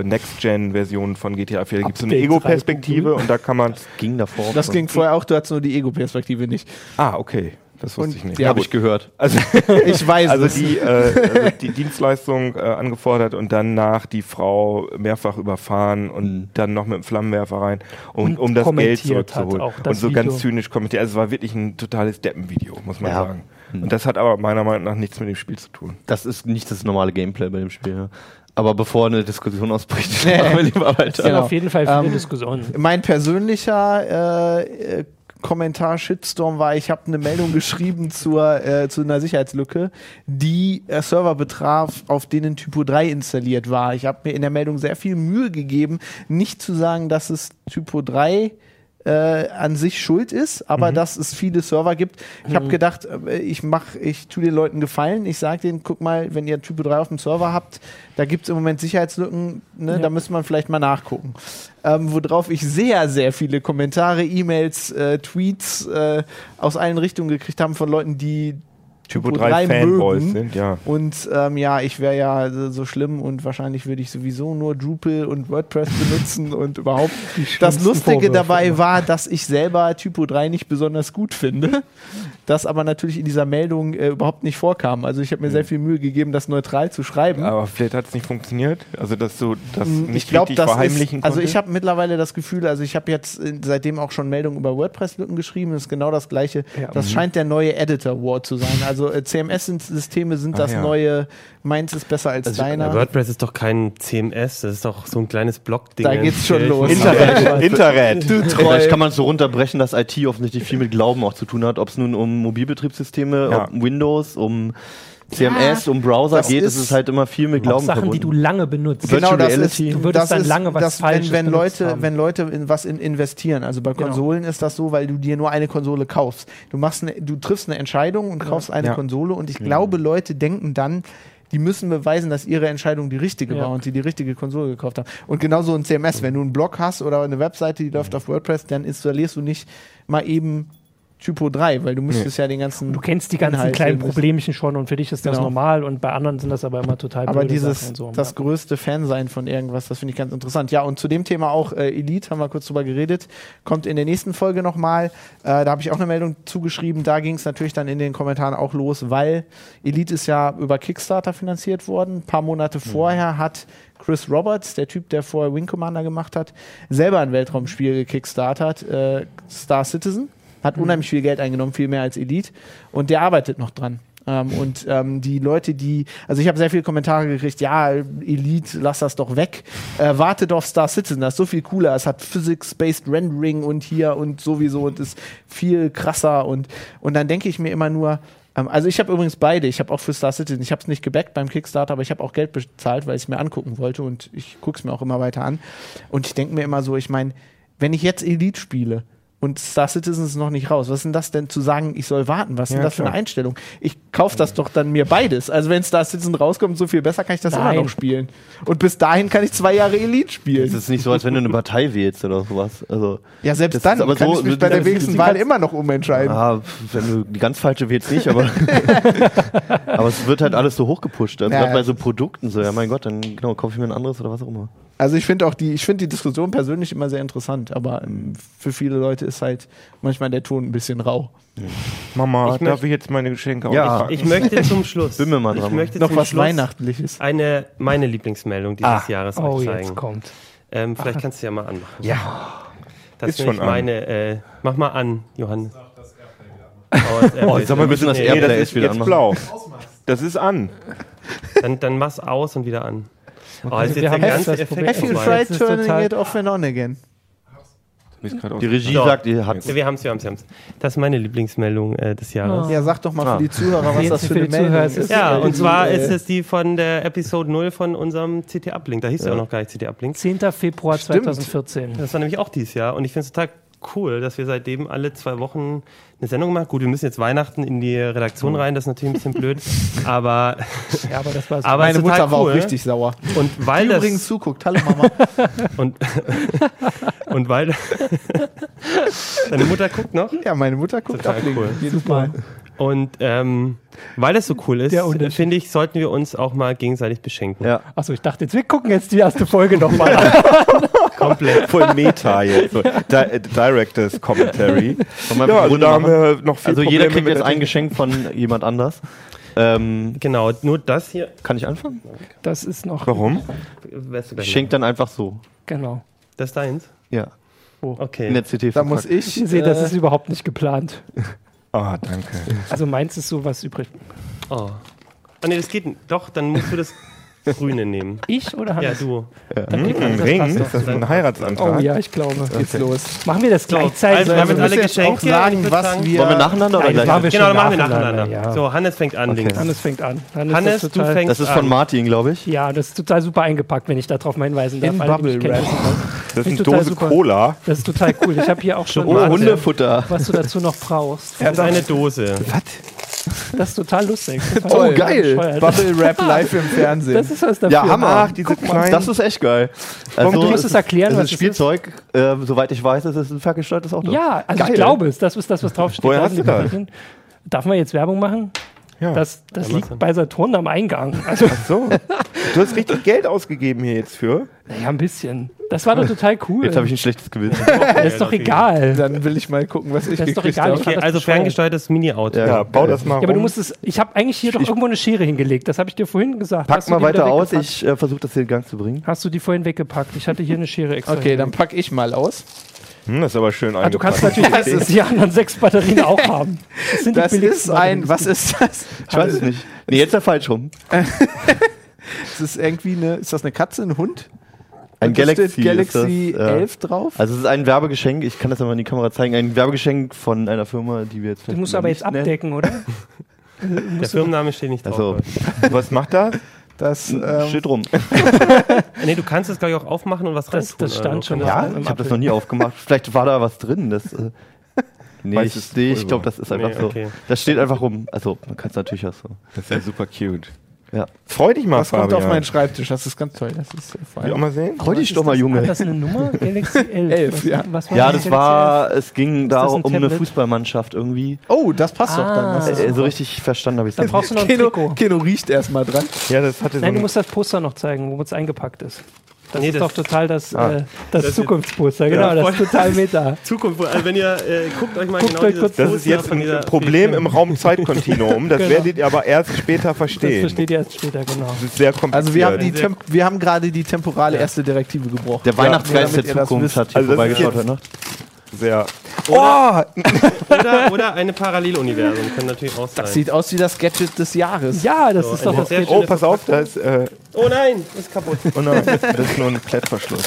äh, Next-Gen-Version von GTA 4. Da gibt es so eine
Update
Ego-Perspektive und da kann man.
Ging davor.
Das ging vorher auch, du hattest nur die Ego-Perspektive nicht.
Ah, okay. Das wusste ich nicht.
ja,
Na
hab
gut.
ich gehört.
also,
Ich weiß
also
es.
die, äh, also die Dienstleistung äh, angefordert und danach die Frau mehrfach überfahren und dann noch mit dem Flammenwerfer rein, um,
Und
um das Geld
kommentiert
zurückzuholen.
hat auch
Und
das
so
Video.
ganz zynisch kommentiert. Also es war wirklich ein totales Deppenvideo, muss man
Ja.
sagen. Und das hat aber meiner Meinung nach nichts mit dem Spiel zu tun.
Das ist nicht das normale Gameplay bei dem Spiel. Ja. Aber bevor eine Diskussion ausbricht, machen wir lieber weiter.
sind
Genau.
auf jeden Fall viele
Ähm,
Diskussionen.
Mein persönlicher äh, äh, Kommentar Shitstorm war, ich habe eine Meldung geschrieben zur, äh, zu einer Sicherheitslücke, die äh, Server betraf, auf denen Typo 3 installiert war. Ich habe mir in der Meldung sehr viel Mühe gegeben, nicht zu sagen, dass es Typo 3 äh, an sich schuld ist, aber dass es viele Server gibt. Ich habe gedacht, äh, ich mach, ich tue den Leuten Gefallen. Ich sage denen, guck mal, wenn ihr Typo 3 auf dem Server habt, da gibt es im Moment Sicherheitslücken, ne, da müsste man vielleicht mal nachgucken. Ähm, worauf ich sehr, sehr viele Kommentare, E-Mails, äh, Tweets äh, aus allen Richtungen gekriegt haben von Leuten, die
Typo 3 Fanboys
mögen.
sind, ja.
Und ähm, ja, ich wäre ja so so schlimm und wahrscheinlich würde ich sowieso nur Drupal und WordPress benutzen und überhaupt. Das Lustige
Vorwürfe
dabei
immer.
war, dass ich selber Typo 3 nicht besonders gut finde, das aber natürlich in dieser Meldung äh, überhaupt nicht vorkam. Also ich habe mir sehr viel Mühe gegeben, das neutral zu schreiben.
Aber vielleicht hat es nicht funktioniert. Also dass du das
Mm,
nicht
ich glaube,
richtig
das ist,
verheimlichen
also ich
konntest?
habe mittlerweile das Gefühl, also ich habe jetzt äh, seitdem auch schon Meldungen über WordPress-Lücken geschrieben, das ist genau das gleiche. das
Mhm.
scheint der neue Editor-War zu sein. Also äh, CMS-Systeme sind
Ah,
das
ja. äh,
neue, meins ist besser als
Also,
deiner.
WordPress ist doch kein CMS, das ist doch so ein kleines Blog-Ding.
Da geht's schon los.
Internet. Internet.
Du
Vielleicht
Troll.
kann man es so runterbrechen, dass IT offensichtlich viel mit Glauben auch zu tun hat, ob es nun um Mobilbetriebssysteme,
Ja.
um Windows, um CMS, um Browser
das
geht.
ist-
es ist halt immer viel mit Glauben
Auch Sachen, die
verbunden.
du lange benutzt.
Genau.
Genau, das ist,
Reality.
Du würdest dann lange was
das,
Falsches
wenn, wenn
benutzt
Leute,
haben.
wenn Leute in was in investieren, also bei
Genau.
Konsolen ist das so, weil du dir nur eine Konsole kaufst. Du machst eine, du triffst eine Entscheidung und kaufst eine
Ja.
Konsole und ich glaube, Leute denken dann, die müssen beweisen, dass ihre Entscheidung die richtige
Ja.
war und sie die richtige Konsole gekauft haben. Und genauso ein CMS, wenn du einen Blog hast oder eine Webseite, die läuft auf WordPress, dann installierst du nicht mal eben Typo 3, weil du müsstest ja den ganzen
Du kennst die ganzen
Inhalte
kleinen
müssen.
Problemchen schon und für dich ist das
Halt, Genau.
normal und bei anderen sind das aber immer total
Aber
blöde
dieses,
Sachen und so. ne?
das größte Fansein von irgendwas, das finde ich ganz interessant. Ja, und zu dem Thema auch äh, Elite, haben wir kurz drüber geredet, kommt in der nächsten Folge nochmal. Äh, da habe ich auch eine Meldung zugeschrieben. Da ging es natürlich dann in den Kommentaren auch los, weil Elite ist ja über Kickstarter finanziert worden. Ein paar Monate vorher hat Chris Roberts, der Typ, der vorher Wing Commander gemacht hat, selber ein Weltraumspiel gekickstartert, äh, Star Citizen. Hat unheimlich viel Geld eingenommen, viel mehr als Elite. Und der arbeitet noch dran. Ähm, und ähm, die Leute, die, also ich habe sehr viele Kommentare gekriegt, ja, Elite, lass das doch weg. Äh, wartet auf Star Citizen, das ist so viel cooler. Es hat Physics-Based Rendering und hier und sowieso und ist viel krasser. Und, und dann denke ich mir immer nur, ähm, also ich habe übrigens beide, ich habe auch für Star Citizen, ich habe es nicht gebackt beim Kickstarter, aber ich habe auch Geld bezahlt, weil ich es mir angucken wollte und ich gucke es mir auch immer weiter an. Und ich denke mir immer so, ich meine, wenn ich jetzt Elite spiele, und Star Citizen ist noch nicht raus. Was ist denn das denn zu sagen, ich soll warten? Was ist denn
Ja,
das für eine
klar.
Einstellung? Ich kaufe das doch dann mir beides. Also wenn Star Citizen rauskommt, so viel besser kann ich das
Nein.
immer noch spielen. Und bis dahin kann ich zwei Jahre Elite
Es
spielen.
ist nicht so, als wenn du eine Partei wählst oder sowas. Also,
Ja,
das
selbst
ist
dann
aber
kann
so-
ich mich bei der
das-
wenigsten
das-
Wahl immer noch umentscheiden.
ah, wenn du die ganz falsche wählst, nicht, aber, aber es wird halt alles so hochgepusht. Also
Ja,
gerade
ja.
bei so Produkten so, ja mein Gott, dann genau, kaufe ich mir ein anderes oder was auch immer.
Also ich finde auch die, ich finde die Diskussion persönlich immer sehr interessant, aber ähm, für viele Leute ist halt manchmal der Ton ein bisschen rau.
Mama,
Ich
darf
möchte-
ich jetzt meine Geschenke
Ja.
auch
Ich möchte zum Schluss.
Bin mir mal
ich
dran.
möchte
Noch
zum
was
Schluss
Weihnachtliches.
Eine, meine Lieblingsmeldung dieses
Ah.
Jahres
oh,
euch
jetzt
zeigen.
kommt.
Ähm, vielleicht kannst du ja mal anmachen.
Ja.
Das
Ist
ist schon
schon an.
meine. Äh, mach mal an, Johann.
Oh, sag mal, wir müssen das
Nee,
Nee, das
Airplay
ist
erst wieder
jetzt
anmachen.
blau. Das ist an.
Dann, dann mach's aus und wieder an. Oh, ist
Wir
jetzt der
haben
ganze
das Problem-
Effekt
Have you
Jetzt
vorbei.
tried
ist
turning
total-
it off and on again?
Mir ist grad
Die
aus-
Regie
So.
sagt, ihr habt
Ja, wir haben's, wir haben's, wir haben's. Das ist meine Lieblingsmeldung äh,
Oh.
des Jahres.
Ja, sag doch mal
Ah.
für die Zuhörer, was
Jetzt
das für
für
eine
die Zuhörer
Meldung
ist
ist.
es-
Ja, und
Die,
zwar
äh,
ist es die von der Episode 0 von unserem CT Uplink. Da hieß ja auch noch gar nicht CT Uplink.
10. Februar
Stimmt.
2014.
Das war nämlich auch dieses Jahr und ich finde es total cool, dass wir seitdem alle zwei Wochen eine Sendung machen. Gut, wir müssen jetzt Weihnachten in die Redaktion rein, das ist natürlich ein bisschen blöd, aber,
Ja, aber das war's.
aber
Meine
es ist total
Mutter war
cool.
auch richtig sauer.
Und weil
Die
das
übrigens zuguckt. Hallo Mama.
und, und weil deine Mutter guckt noch
Ja, meine Mutter guckt
Total
Uplink
cool.
jedes Mal.
und ähm, weil das so cool ist,
Der Unterschied.
finde ich, sollten wir uns auch mal gegenseitig beschenken.
Ja.
Achso, ich dachte jetzt, wir gucken jetzt die erste Folge nochmal an.
komplett.
Voll Meta jetzt. So. Di Directors Commentary.
Wollen wir
Ja,
eine
also
Runde
da haben
machen?
wir noch viel
also jeder
Probleme
kriegt
mit
jetzt
der
ein
Technik.
Geschenk von jemand anders. Ähm,
Genau, nur das hier.
kann ich anfangen?
Das ist noch.
Warum?
Weißt du gleich
Ich schenk dann einfach so.
Genau.
noch. Das ist deins?
Ja.
Okay.
In der CT.
Da muss ich.
Ich sehe, das ist überhaupt nicht geplant.
Ah, danke.
Also meins ist sowas übrig.
Oh. Ah, nee, das geht n- Doch, dann musst du das Grüne nehmen.
Ich oder
Ja, Hm,
Hannes?
du.
Dann geht
Ein
das.
Ring?
Das
Ist
passt doch.
das ein Heiratsantrag?
Oh ja, ich glaube.
Geht's los.
Machen wir das
So,
gleichzeitig.
also, wir haben jetzt
müssen
alle
jetzt auch
Geschenke.
sagen,
Ich würd
was
sagen-
wir-
Wollen wir nacheinander
Nein,
oder
das machen wir
gleich?
schon
Genau, dann machen wir nacheinander.
nacheinander, ja.
So, Hannes fängt an links.
Hannes fängt an. Hannes,
Hannes,
das ist total,
du fängst
Das ist von
an.
Martin, glaube ich.
Ja, das ist total super eingepackt, wenn ich darauf mal hinweisen darf.
In
Alle, die mich
Bubble
kennen,
Wrap.
wissen das.
Das ist
Finde
eine
ich total
Dose
super.
Cola.
Das ist total cool. Ich habe hier auch schon
Oh,
was,
Hundefutter.
was du dazu noch brauchst.
Das ist eine Dose.
Das ist total lustig. Das war total
Toll. geil.
bescheuert.
Bubble Rap live im Fernsehen.
Das ist was dafür. Ah,
Ja, Hammer.
Ach, diese
Guck mal,
kleinen-
Das ist echt geil. Also,
du musst
es
es erklären,
ist
was
ein
es
Spielzeug. Äh, soweit ich weiß, ist es ein ferngesteuertes Auto.
Ja, also
Geil.
ich glaube es. Das ist das, was draufsteht.
Woher
Da
hast
sind
du
die
das?
Bildchen. Darf man jetzt Werbung machen?
Ja.
Das, das liegt bei Saturn am Eingang. Also,
Ach so. Du hast richtig Geld ausgegeben hier jetzt für.
naja, ein bisschen. Das war doch total cool.
Jetzt habe ich ein schlechtes Gewissen.
das ist doch egal.
Dann will ich mal gucken, was ich
Das ist doch
gekriegt
egal.
habe.
Ich fand
Okay,
das
also
bescheuert.
ferngesteuertes Mini-Auto.
Ja, bau das mal um.
Ja, aber du
rum.
musst es. Ich habe eigentlich hier doch irgendwo eine Schere hingelegt. Das habe ich dir vorhin gesagt.
Pack
Hast du
mal
die wieder
weiter aus.
weggepackt?
Ich äh, versuche das hier in Gang zu bringen.
Hast du die vorhin weggepackt? Ich hatte hier eine Schere extra.
Okay, dann packe ich mal aus.
Hm, das ist aber schön
Ah, du kannst natürlich
Das ist-
die anderen sechs Batterien auch haben. Das, sind die
Das ist
billigsten
ein,
Batterien.
was ist das? Also,
Ich weiß es nicht. Nee, jetzt ist er falsch rum.
Es ist irgendwie eine, ist das eine Katze, ein Hund?
Ein
Und da
Galaxy.
steht Galaxy
ist das, äh,
11 drauf.
Also es ist ein Werbegeschenk, ich kann das ja mal in die Kamera zeigen, ein Werbegeschenk von einer Firma, die wir jetzt
Du
vielleicht
musst
noch
aber
nicht
jetzt
nennen.
abdecken, Oh oder?
Der Firmenname steht nicht drauf.
Also,
Was macht das?
Das, ähm,
steht rum.
Äh, Nee, du kannst es, glaube ich, auch aufmachen und was
Das,
reintun,
das stand
oder?
schon.
Ja,
im
ich habe das
Apfel.
noch nie aufgemacht. Vielleicht war da was drin. Das, äh, nee,
Weiß
ich,
es
nee, ich
selber.
glaube, das ist einfach
Nee,
so.
okay.
Das steht einfach rum. Also, man kann es natürlich auch so.
Das ist ja super cute.
Ja.
Freu dich mal,
das kommt
Fabian.
auf meinen Schreibtisch. Das ist ganz toll. Das ist äh, vor
Will ich auch
allem
mal sehen?
Freu dich doch mal,
Hat
Junge.
das eine Nummer? Galaxy 11.
Elf,
was,
ja.
Was war
Ja,
die
das
Galaxy
war, es ging da
das ein
um eine
Tablet?
Fußballmannschaft irgendwie.
oh, das passt doch dann. Das ist
Äh, so richtig verstanden habe ich es
Dann brauchst du Ah. noch ein
Keno,
Trikot.
Keno riecht erstmal dran.
Ja, das hatte
Nein, du
so
musst das Poster noch zeigen, wo es eingepackt ist. Das
Nee,
ist
das-
doch total das, äh, das, Zukunftsposter. Genau,
Ja,
das ist
voll.
total meta.
Zukunft. Also wenn ihr, äh, guckt euch mal
Guckt
genau
euch
dieses
kurz-
Das ist
Poster
jetzt
von dieser
ein Problem im Raum-Zeit-Kontinuum. Das
Genau.
werdet ihr aber erst später
Das
verstehen. Das,
versteht ihr erst später, genau.
ist sehr kompliziert.
Also wir haben, die
Sehr-
Temp wir haben gerade die temporale erste Direktive gebrochen.
Der Weihnachtsgeist
Ja, damit
der
ihr das
Zukunft
wisst.
hat hier
Also das ist
vorbeigeschaut
jetzt-
heute ne? Nacht.
sehr.
Oh,
Oder, oder eine Paralleluniversum. Kann natürlich auch sein.
Sieht aus wie das Gadget des Jahres.
Ja, das ist
eine
doch das
sehr
Gadget.
Oh, pass auf, da ist, äh,
Oh nein, ist kaputt.
oh nein, das ist nur ein Klettverschluss.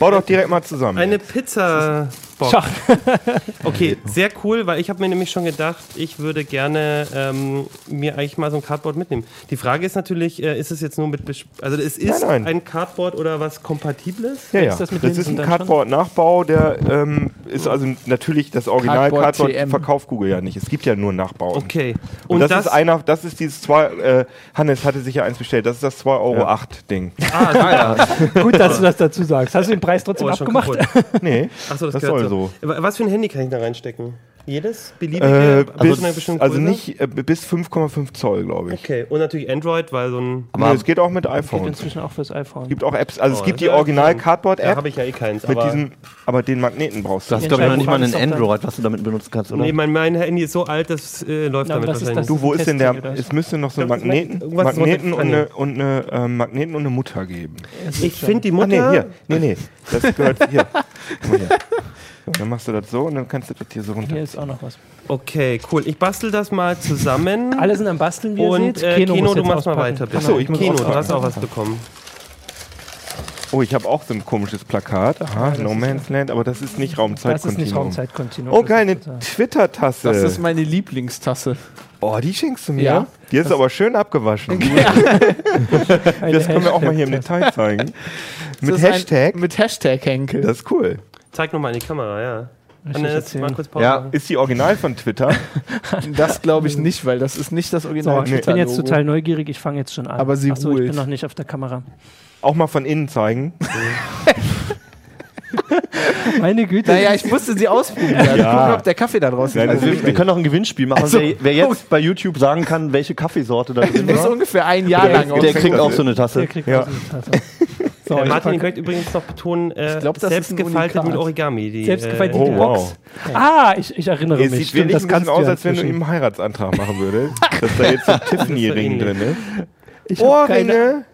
Bau doch direkt mal zusammen.
Eine Pizza.
Schach.
Okay, sehr cool, weil ich habe mir nämlich schon gedacht, ich würde gerne ähm, mir eigentlich mal so ein Cardboard mitnehmen. Die Frage ist natürlich, äh, ist es jetzt nur mit, Bes- also es ist
Nein, nein.
ein Cardboard oder was Kompatibles?
ja, ja.
ist
Das,
das mit
ist
Linsen
ein
dann schon?
Cardboard-Nachbau, der ähm, ist also natürlich das Original
Cardboard
Cardboard,
TM.
verkauft Google ja nicht. Es gibt ja nur Nachbauen.
Okay.
Und, das, ist einer, das ist dieses zwei. äh, Hannes hatte sich ja eins bestellt, das ist das 2,8 Euro Ding.
Ah, ja.
Gut, dass du das dazu sagst. Hast du den Preis trotzdem
Oh, ist schon
abgemacht?
kaputt.
Nee,
Achso, das,
Das
gehört
soll
so. Wa- Was für ein Handy kann ich da reinstecken? Jedes beliebige?
äh,
ab
bis,
zu einer bestimmten
also
Größe?
nicht äh, bis 5,5 Zoll, glaube ich.
Okay, und natürlich Android, weil so ein.
Nee, es geht auch mit
Geht
iPhone. Es
inzwischen auch fürs iPhone.
gibt auch Apps, also
Oh,
es gibt die
das wär
Original
schön. Da
Cardboard-App
habe ich ja eh keins.
mit
aber
diesem, aber den Magneten brauchst
Du
du.
hast, glaube ich, noch nicht mal
Entscheidung
einen
war das doch
Android, was du damit benutzen kannst, oder?
Nee, mein, mein Handy ist so alt, das äh, läuft
Na,
damit
was ist das?
wahrscheinlich.
Du, wo ist denn
Testing
der?
oder so.
Es müsste noch so
Ich
einen
glaub, das
Magneten,
ist irgendwas
Magneten
mit-
und eine, und eine ähm, Magneten und eine Mutter geben.
nicht. Ich finde die
Ah,
Mutter.
nee, hier. Nee, nee. Das gehört hier. Guck mal hier. So, Dann machst du das so und dann kannst du das hier so runter.
Hier ist auch noch
Mhm.
was.
Okay, cool. Ich bastel das mal zusammen.
Alle sind am Basteln, wie ihr
und
seht.
äh, Keno,
muss
du
jetzt
machst mal
auspacken.
weiter. bitte.
Ach so, ich muss
Keno, du
auspacken.
hast auch was bekommen.
Oh, ich habe auch so ein komisches Plakat. Aha, No Man's Land, aber das
Das ist
ist nicht
nicht
Raumzeitkontinuum.
Raumzeitkontinuum.
Oh,
das
geil,
ist
eine
total-
Twitter-Tasse.
Das ist meine Lieblingstasse.
Oh, die schenkst du mir?
Ja.
Die ist aber schön abgewaschen.
eine
Das können wir auch mal hier im
Hashtag-
Detail zeigen.
Das
Mit
ist ein-
Hashtag.
Mit Hashtag Henkel.
Das ist cool.
Zeig nochmal in die Kamera, ja.
ich
Hannes,
erzählen?
mal kurz Pause.
Ja.
machen.
Ist die Original von Twitter?
Das glaube ich nicht, weil das ist nicht das
So,
Original.
ich bin jetzt total neugierig, ich fange jetzt schon an.
Aber sie
Achso, ich
ruht.
bin noch nicht auf der Kamera.
Auch mal von innen zeigen.
Meine Güte.
Naja, ich musste sie ausprobieren. Ja. Ich gucke, ob der Kaffee da draußen
Nein,
ist.
Also wir, wir können auch ein Gewinnspiel machen.
Also-
wer, wer jetzt bei YouTube sagen kann, welche Kaffeesorte da
Das
drin
muss
war,
ungefähr ein Jahr lang
der
aussehen.
kriegt auch so eine Tasse.
Der kriegt
Ja.
was in die Tasse. So,
Äh,
jetzt
Martin, ich
pack-
möchte übrigens noch betonen, äh,
Ich glaub, das ist ein
selbstgefaltet mit
Unikat.
Origami. Die,
Selbstgefaltet
äh,
die
Oh,
Box. Ah, ich, ich erinnere
Es
mich.
sieht wirklich ein bisschen
kannst du
aus,
ja
als wenn du ihm
inzwischen.
einen Heiratsantrag machen würdest. dass da jetzt so ein Tiffany-Ring
Das ist so
drin ist.
Ich hab keine-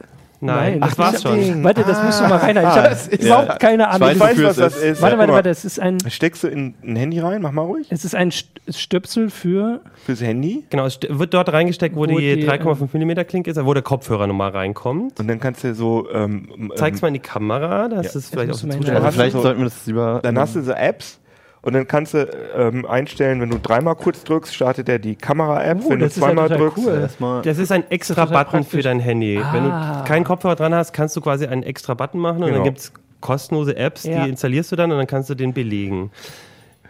Nein, das
ich
war's
hab-
schon.
Warte, das musst du mal rein. Ich habe überhaupt keine Ahnung.
Ich
Ich
weiß,
weiß,
was
wofür
das
es
ist.
warte,
Guck
warte,
mal.
warte, es ist ein,
Steckst du in ein Handy rein? Mach mal ruhig.
es ist ein St- Stöpsel für.
Fürs Handy.
Genau, es st- wird dort reingesteckt, wo,
Wo
die,
die,
3,5 mm Klinke ist, wo der Kopfhörer nochmal reinkommt.
Und dann kannst du so. Ähm, ähm,
Zeig's mal in die Kamera, das ist vielleicht auch
müssen
so
wir
Zuschauer.
Dann
Also
hast du
vielleicht
so-
sollten wir das lieber.
Dann hast du so Apps. Und dann kannst du ähm, einstellen, wenn du dreimal kurz drückst, startet er die Kamera-App.
Oh,
wenn du
das ist ja
zweimal
total
drückst,
cool.
erstmal.
Das ist ein extra
total
Button für
praktisch.
dein Handy. Wenn
Ah.
du keinen Kopfhörer dran hast, kannst du quasi einen extra Button machen und
Genau.
dann gibt's kostenlose Apps,
Ja.
die installierst du dann und dann kannst du den belegen.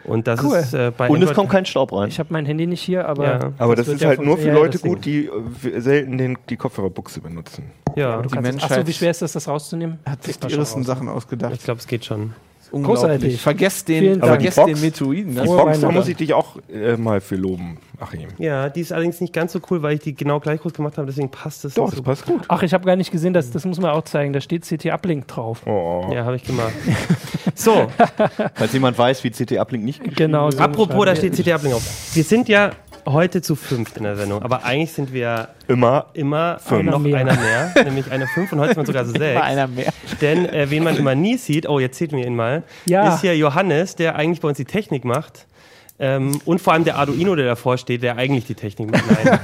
Und das
Cool.
ist äh, bei
Und es
Android-
kommt kein Staub rein.
Ich habe mein Handy nicht hier, aber.
Ja.
Aber das,
wird
ist
ja
halt
von-
nur für
ja,
Leute
deswegen.
gut, die äh, selten den, die Kopfhörerbuchse benutzen.
ja,
Du kannst
Die
es-
Menschheit-
Achso, wie schwer ist Oh das, das rauszunehmen?
Hat sich die
schon ne?
irresten Sachen ausgedacht.
ich glaube, es geht schon.
Unglaublich.
Großartig.
Vergesst
Vielen
den,
Dank.
vergesst
Aber die
den
Box-
Meteoriten. ne?
Die
Oh,
Box, da
meine
muss
Güte.
ich dich auch äh, mal für loben, Achim.
Ja, die ist allerdings nicht ganz so cool, weil ich die genau gleich groß gemacht habe, deswegen passt das
Doch,
nicht
das
so.
passt gut.
Ach, ich habe gar nicht gesehen, das, das muss man auch zeigen. Da steht CT-Uplink drauf.
Oh.
Ja, habe ich gemacht. So,
Falls jemand weiß, wie CT-Uplink nicht geschrieben
Genau. so
apropos, da
schreiben
steht CD Uplink auf. Wir sind ja heute zu fünf in der Sendung, aber eigentlich sind wir
Immer.
immer
Fünf.
noch
Einer mehr.
einer mehr, nämlich eine fünf und heute sind wir sogar
War
sechs.
einer mehr.
Denn äh, wen man immer nie sieht, oh, jetzt sieht man ihn mal,
Ja.
ist hier Johannes, der eigentlich bei uns die Technik macht. Ähm, und vor allem der Arduino, der davor steht, der eigentlich die Technik macht. Nein,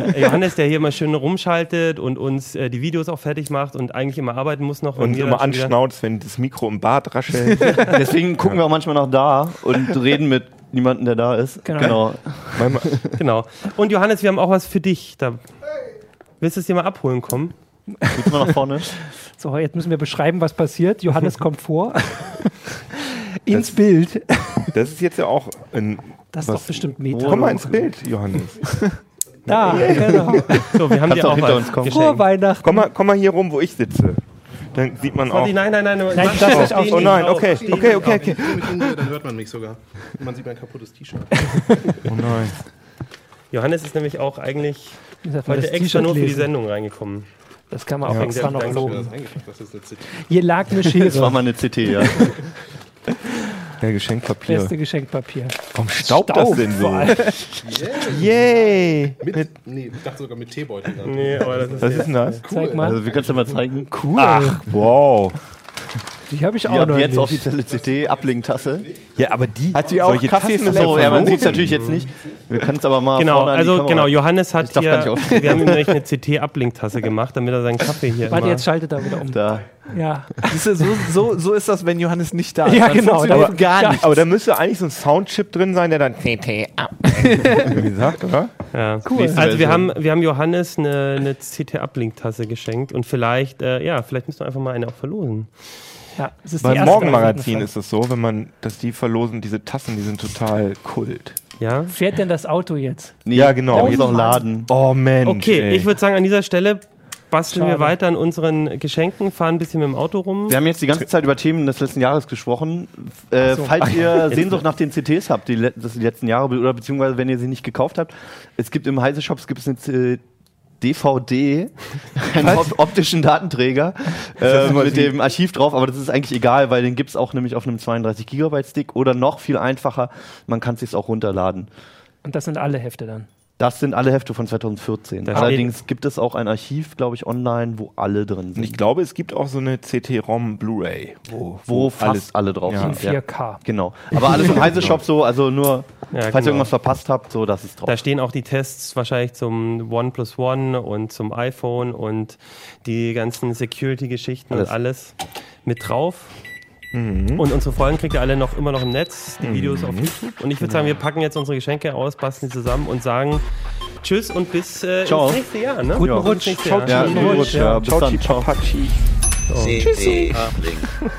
Nein äh, Johannes, der hier immer schön rumschaltet und uns äh, die Videos auch fertig macht und eigentlich immer arbeiten muss noch. wenn
Und
wir
immer
dann schon wieder-
anschnauzt, wenn das Mikro im Bad raschelt.
Deswegen gucken wir auch manchmal noch da und reden mit niemandem, der da ist.
Genau.
Manchmal-
Genau. Und Johannes, wir haben auch was für dich. Da Willst du es dir mal abholen kommen?
Geht's mal nach vorne.
So, jetzt müssen wir beschreiben, was passiert. Johannes kommt vor. Ins Bild.
das ist jetzt ja auch ein.
Das ist
was-
doch bestimmt Meta.
Komm mal ins Bild, Johannes.
Da, genau.
So, wir haben
Kannst
dir
auch
auch
hinter
was
uns kommen.
geschenkt.
Vor Weihnachten.
Komm mal, komm mal hier rum, wo ich sitze. Dann sieht man auch.
Sorry, nein, nein, nein.
Nein,
mach-
das
steh
ist auch-
nicht
Oh nein,
auf,
okay,
steh
okay,
nicht
okay, okay.
Wenn ich mit hingehe, dann hört man mich sogar. Und Man sieht mein kaputtes T-Shirt.
Oh nein.
auf. Johannes ist nämlich auch eigentlich
Wie sagt man,
heute
das
extra
T-Shirt
nur für die
lesen?
Sendung reingekommen.
Das kann man auch extra
sehr
noch
danke
Wer
loben.
das eingeschickt hat, das ist eine Zit-
Hier lag eine
Das war
Schere.
mal eine CT, ja.
Ja, Geschenkpapier.
Beste Geschenkpapier.
Warum staubt das
Staub
denn
vor
so?
allem.
Yay!
Mit, nee, ich dachte sogar mit Teebeutel. dran.
Nee, aber das ist
Was ist denn das?
Zeig mal.
Also wir können es ja mal zeigen.
cool.
Ach, wow.
die habe ich
Die
auch
ab
noch
jetzt
nicht.
offizielle CT-Uplink-Tasse.
Ja, aber die.
Hat sie auch
solche
Kaffee
Tassen-
verloren?
So, ja, man
verloren?
sieht es natürlich jetzt nicht. Wir können es aber mal
Genau,
vorne an die
also
Kamera-
genau, Johannes hat
darf gar
hier,
nicht aufstehen.
wir haben ihm nämlich eine CT-Uplink-Tasse gemacht, damit er seinen Kaffee hier
Warte,
immer-
jetzt schaltet er wieder um.
Da.
Ja,
Siehst du, so, so, so ist das, wenn Johannes nicht da ist.
Ja,
Dann
genau,
funktioniert
aber-
gar
ja.
nicht.
Aber da müsste eigentlich so ein Soundchip drin sein, der dann TT ab. Wie gesagt, oder?
ja.
cool.
Nächste
Also wir
Version.
haben, wir haben Johannes eine, eine CT-Uplink-Tasse geschenkt und vielleicht, äh, ja, vielleicht müssen wir einfach mal eine auch verlosen.
ja, es ist die
Beim
erste
Morgenmagazin
Frage.
ist es so, wenn man, dass die verlosen, diese Tassen, die sind total kult.
Ja?
Fährt denn das Auto jetzt?
Nee,
Ja, genau.
Da muss noch laden.
Oh Mensch.
Okay,
ey.
ich würde sagen, an dieser Stelle basteln wir
Schade.
weiter an unseren Geschenken, fahren ein bisschen mit dem Auto rum.
Wir haben jetzt die ganze Zeit über Themen des letzten Jahres gesprochen. Äh, Falls ihr Sehnsucht nach den CTs habt, die, le das die letzten Jahre, be- oder beziehungsweise wenn ihr sie nicht gekauft habt, es gibt im Heise Shops gibt es eine äh, C DVD, einen op optischen Datenträger äh, mit dem Archiv drauf, aber das ist eigentlich egal, weil den gibt es auch nämlich auf einem 32 Gigabyte Stick oder noch viel einfacher, man kann es sich auch runterladen.
Und das sind alle Hefte dann.
Das sind alle Hefte von 2014.
Da steht-
Allerdings gibt es auch ein Archiv, glaube ich, online, wo alle drin
Und ich
sind.
glaube, es gibt auch so eine CT-ROM Blu-ray, wo,
Wo fast
alles.
alles, alle drauf
Ja.
In
sind. ja.
4K.
Genau. Aber alles im Heise Shop so, also nur,
Ja,
falls
genau.
ihr irgendwas verpasst habt, so, das ist drauf.
Da stehen auch die Tests wahrscheinlich zum OnePlus One und zum iPhone und die ganzen Security-Geschichten und
Alles.
alles mit drauf. Und unsere Folgen kriegt ihr alle noch immer noch im Netz, die Videos auf YouTube. Und ich würde sagen, wir packen jetzt unsere Geschenke aus, basteln sie zusammen und sagen Tschüss und bis äh,
Ciao.
ins nächste Jahr. Ne?
Guten
Bis
Rutsch.
nächste
Ciao,
Jahr.
ciao.
ja,
Rutsch,
gut, ja, bis dann. Ciao.
Papachi.
CT Uplink.